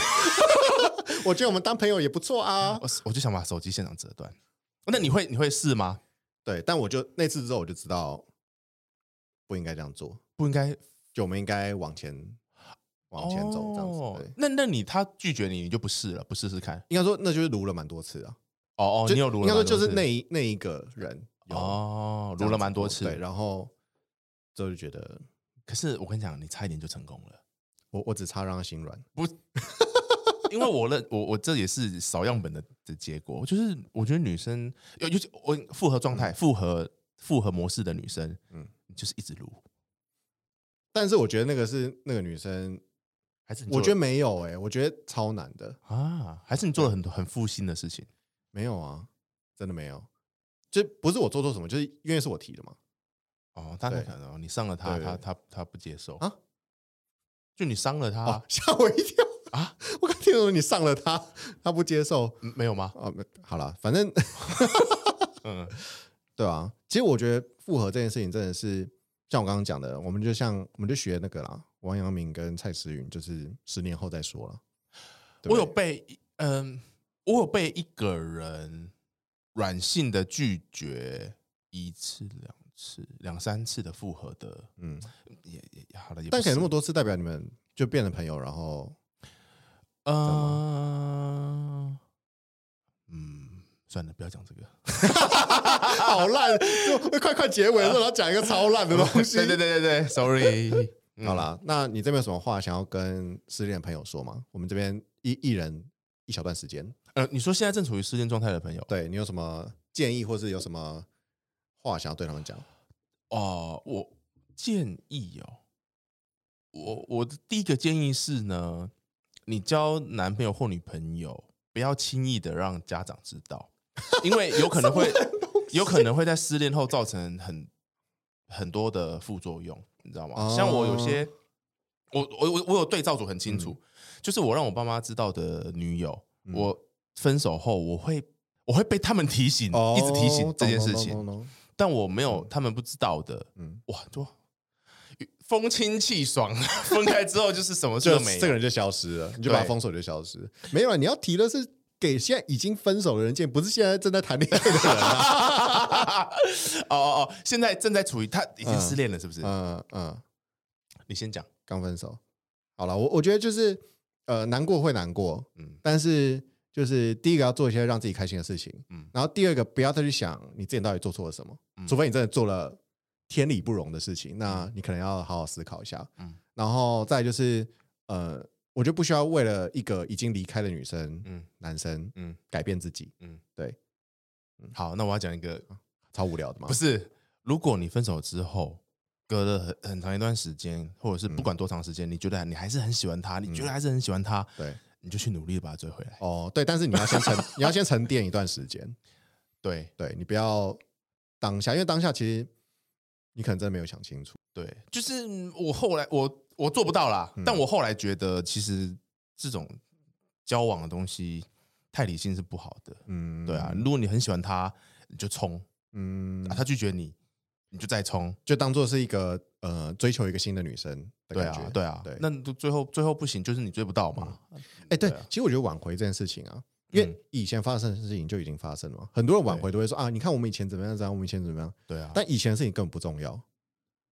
我觉得我们当朋友也不错啊。 我我就想把手机现场折断。哦那你会你会试吗？对，但我就那次之后我就知道不应该这样做，不应该就我们应该往前往前走这样子。哦对，那那你他拒绝你，你就不试了，不试试看。应该说那就是撸了蛮多次啊，哦哦，就你有撸了应该蛮多说次，就是那一那一个人有哦，这撸样了子蛮多过次。对，然后之后就觉得可是我跟你讲，你差一点就成功了。我我只差让他心软，因为我认我我这也是少样本的的结果，就是我觉得女生尤尤其我复合状态、复合复合模式的女生，嗯嗯，就是一直撸，但是我觉得那个是那个女生，还是你做我觉得没有哎、我觉得超难的，啊，还是你做了很多很负心的事情没有啊，真的没有，就不是我做错什么，就是因为是我提的嘛，哦。他对可能哦你伤了他，对他他他不接受啊啊，就你伤了他、啊 吓、我一跳啊啊！我刚听说你上了他，他不接受嗯没有吗？啊，没好了，反正 嗯，对啊，其实我觉得复合这件事情真的是像我刚刚讲的，我们就像我们就学那个啦，王阳明跟蔡诗芸，就是十年后再说了。对不我对有被嗯、我有被一个人软性的拒绝一次、两次、两三次的复合的，嗯，也也也好了，也但不可能是那么多次，代表你们就变了朋友，然后 嗯，嗯，算了，不要讲这个。好烂，就快快结尾了，然后讲一个超烂的东西。 对对对对对，sorry。嗯 好，啦，那你这边有什么话想要跟失恋的朋友说吗？我们这边一一人一小段时间，呃，你说现在正处于失恋状态的朋友，对你有什么建议，或是有什么话想要对他们讲？哦、我建议哦，我我的第一个建议是呢，你交男朋友或女朋友，不要轻易的让家长知道，因为有可 能会有可能会在失恋后造成很很多的副作用，你知道吗？哦像我有些，我我我我有对照组很清楚，就是我让我爸妈知道的女友，嗯我分手后我会我会被他们提醒，一直提醒这件事情。哦懂懂懂嗯懂懂但我没有他们不知道的，嗯，哇，多风清气爽。 分开之后就是什么事就都没有。这个人就消失了，你就把他对封锁就消失。没有啊，你要提的是给现在已经分手的人见，不是现在正在谈恋爱 的人啊。哦哦哦，现在正在处于他已经失恋了，是不是？嗯嗯，你先讲。刚分手。好了，我我觉得就是呃，难过会难过，嗯但是就是第一个要做一些让自己开心的事情，嗯然后第二个不要再去想你自己到底做错了什么，嗯除非你真的做了天理不容的事情，那你可能要好好思考一下。嗯然后再就是呃，我觉得不需要为了一个已经离开的女生、嗯男生嗯，改变自己，好，那我要讲一个，超无聊的嘛。不是，如果你分手之后。隔了很很长一段时间，或者是不嗯管多长时间，你觉得你还是很喜欢他，你觉得还是很喜欢他，对，你就去努力地把他追回来。哦，对，但是你要先沉，你要先沉淀一段时间，对对你不要当下，因为当下其实你可能真的没有想清楚。对，就是我后来我我做不到啦，嗯但我后来觉得其实这种交往的东西太理性是不好的。嗯，对啊，如果你很喜欢他，你就冲；嗯啊，，他拒绝你，你就再冲。就当做是一个呃追求一个新的女生的对感觉。啊，对啊，对那你最后最后不行，就是你追不到嘛。哎，对对啊，其实我觉得挽回这件事情啊，因嗯为以前发生的事情就已经发生了嘛，很多人挽回都会说啊，你看我们以前怎么样怎么样，我们以前怎么样，对啊，但以前的事情根本不重要。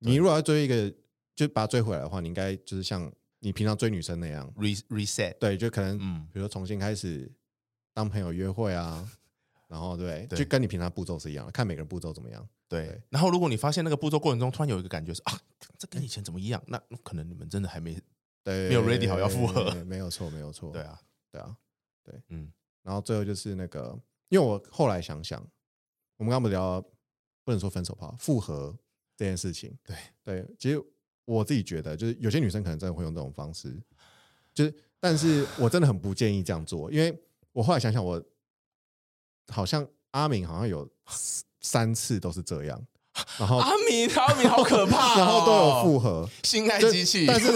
你如果要追一个，就把她追回来的话，你应该就是像你平常追女生那样，嗯 re reset，对，就可能嗯 比如说重新开始当朋友约会啊，然后对，对就跟你平常步骤是一样的，看每个人步骤怎么样。对对，然后如果你发现那个步骤过程中突然有一个感觉是啊，这跟以前怎么一样，那可能你们真的还没对，没有 ready 好要复合没有错，没有错。对啊，对啊，对，嗯嗯。然后最后就是那个，因为我后来想想，我们刚刚不是聊到不能说分手炮，复合这件事情。对对，其实我自己觉得，就是有些女生可能真的会用这种方式，就是，但是我真的很不建议这样做，因为我后来想想我，好像阿明好像有三次都是这样，然后、啊阿明，阿明好可怕、哦，然后都有复合，性爱就机器，但是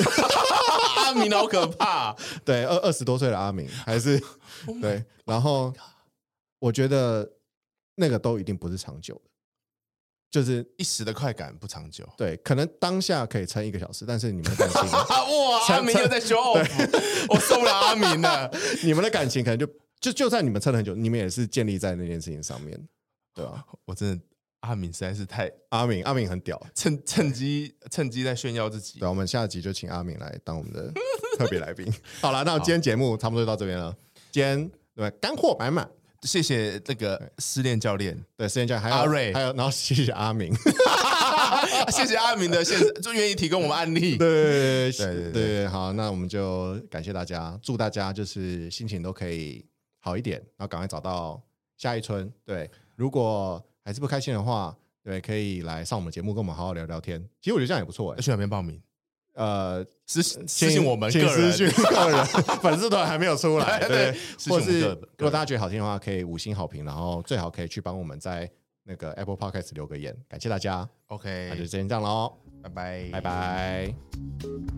阿明好可怕，对，二二十多岁的阿明还是 Oh my 对，然后我觉得那个都一定不是长久的，就是一时的快感不 长久。对，可能当下可以撑一个小时，但是你们的感 情，啊哇！阿明又在 show off，我 受不了阿明 了。你们的感情可能就就就算你们撑了很久，你们也是建立在那件事情上面，对吧、我真的，阿明实在是太阿明，阿明很屌，趁趁机趁机在炫耀自己对，。我们下集就请阿明来当我们 的特别来宾。好了，那今天节目差不多就到这边了，今天对干货满满。谢谢那个失恋教练， 对，时间讲还有阿瑞还有，然后谢谢阿明，谢谢阿明的现就愿意提供我们案例。对对对对对对，好，那我们就感谢大家，祝大家就是心情都可以好一点，然后赶快找到下一春。对，如果还是不开心的话，对，可以来上我们节目，跟我们好好聊聊天。其实我觉得这样也不错哎、要去哪边报名？呃，私私信请我们个请私人，信个人，粉丝团还没有出来，对对对，私信我或们是个人如果大家觉得好听的话，可以五星好评，然后最好可以去帮我们在那个 Apple Podcast 留个言，感谢大家，那就 OK，先这样喽，拜拜，拜。拜。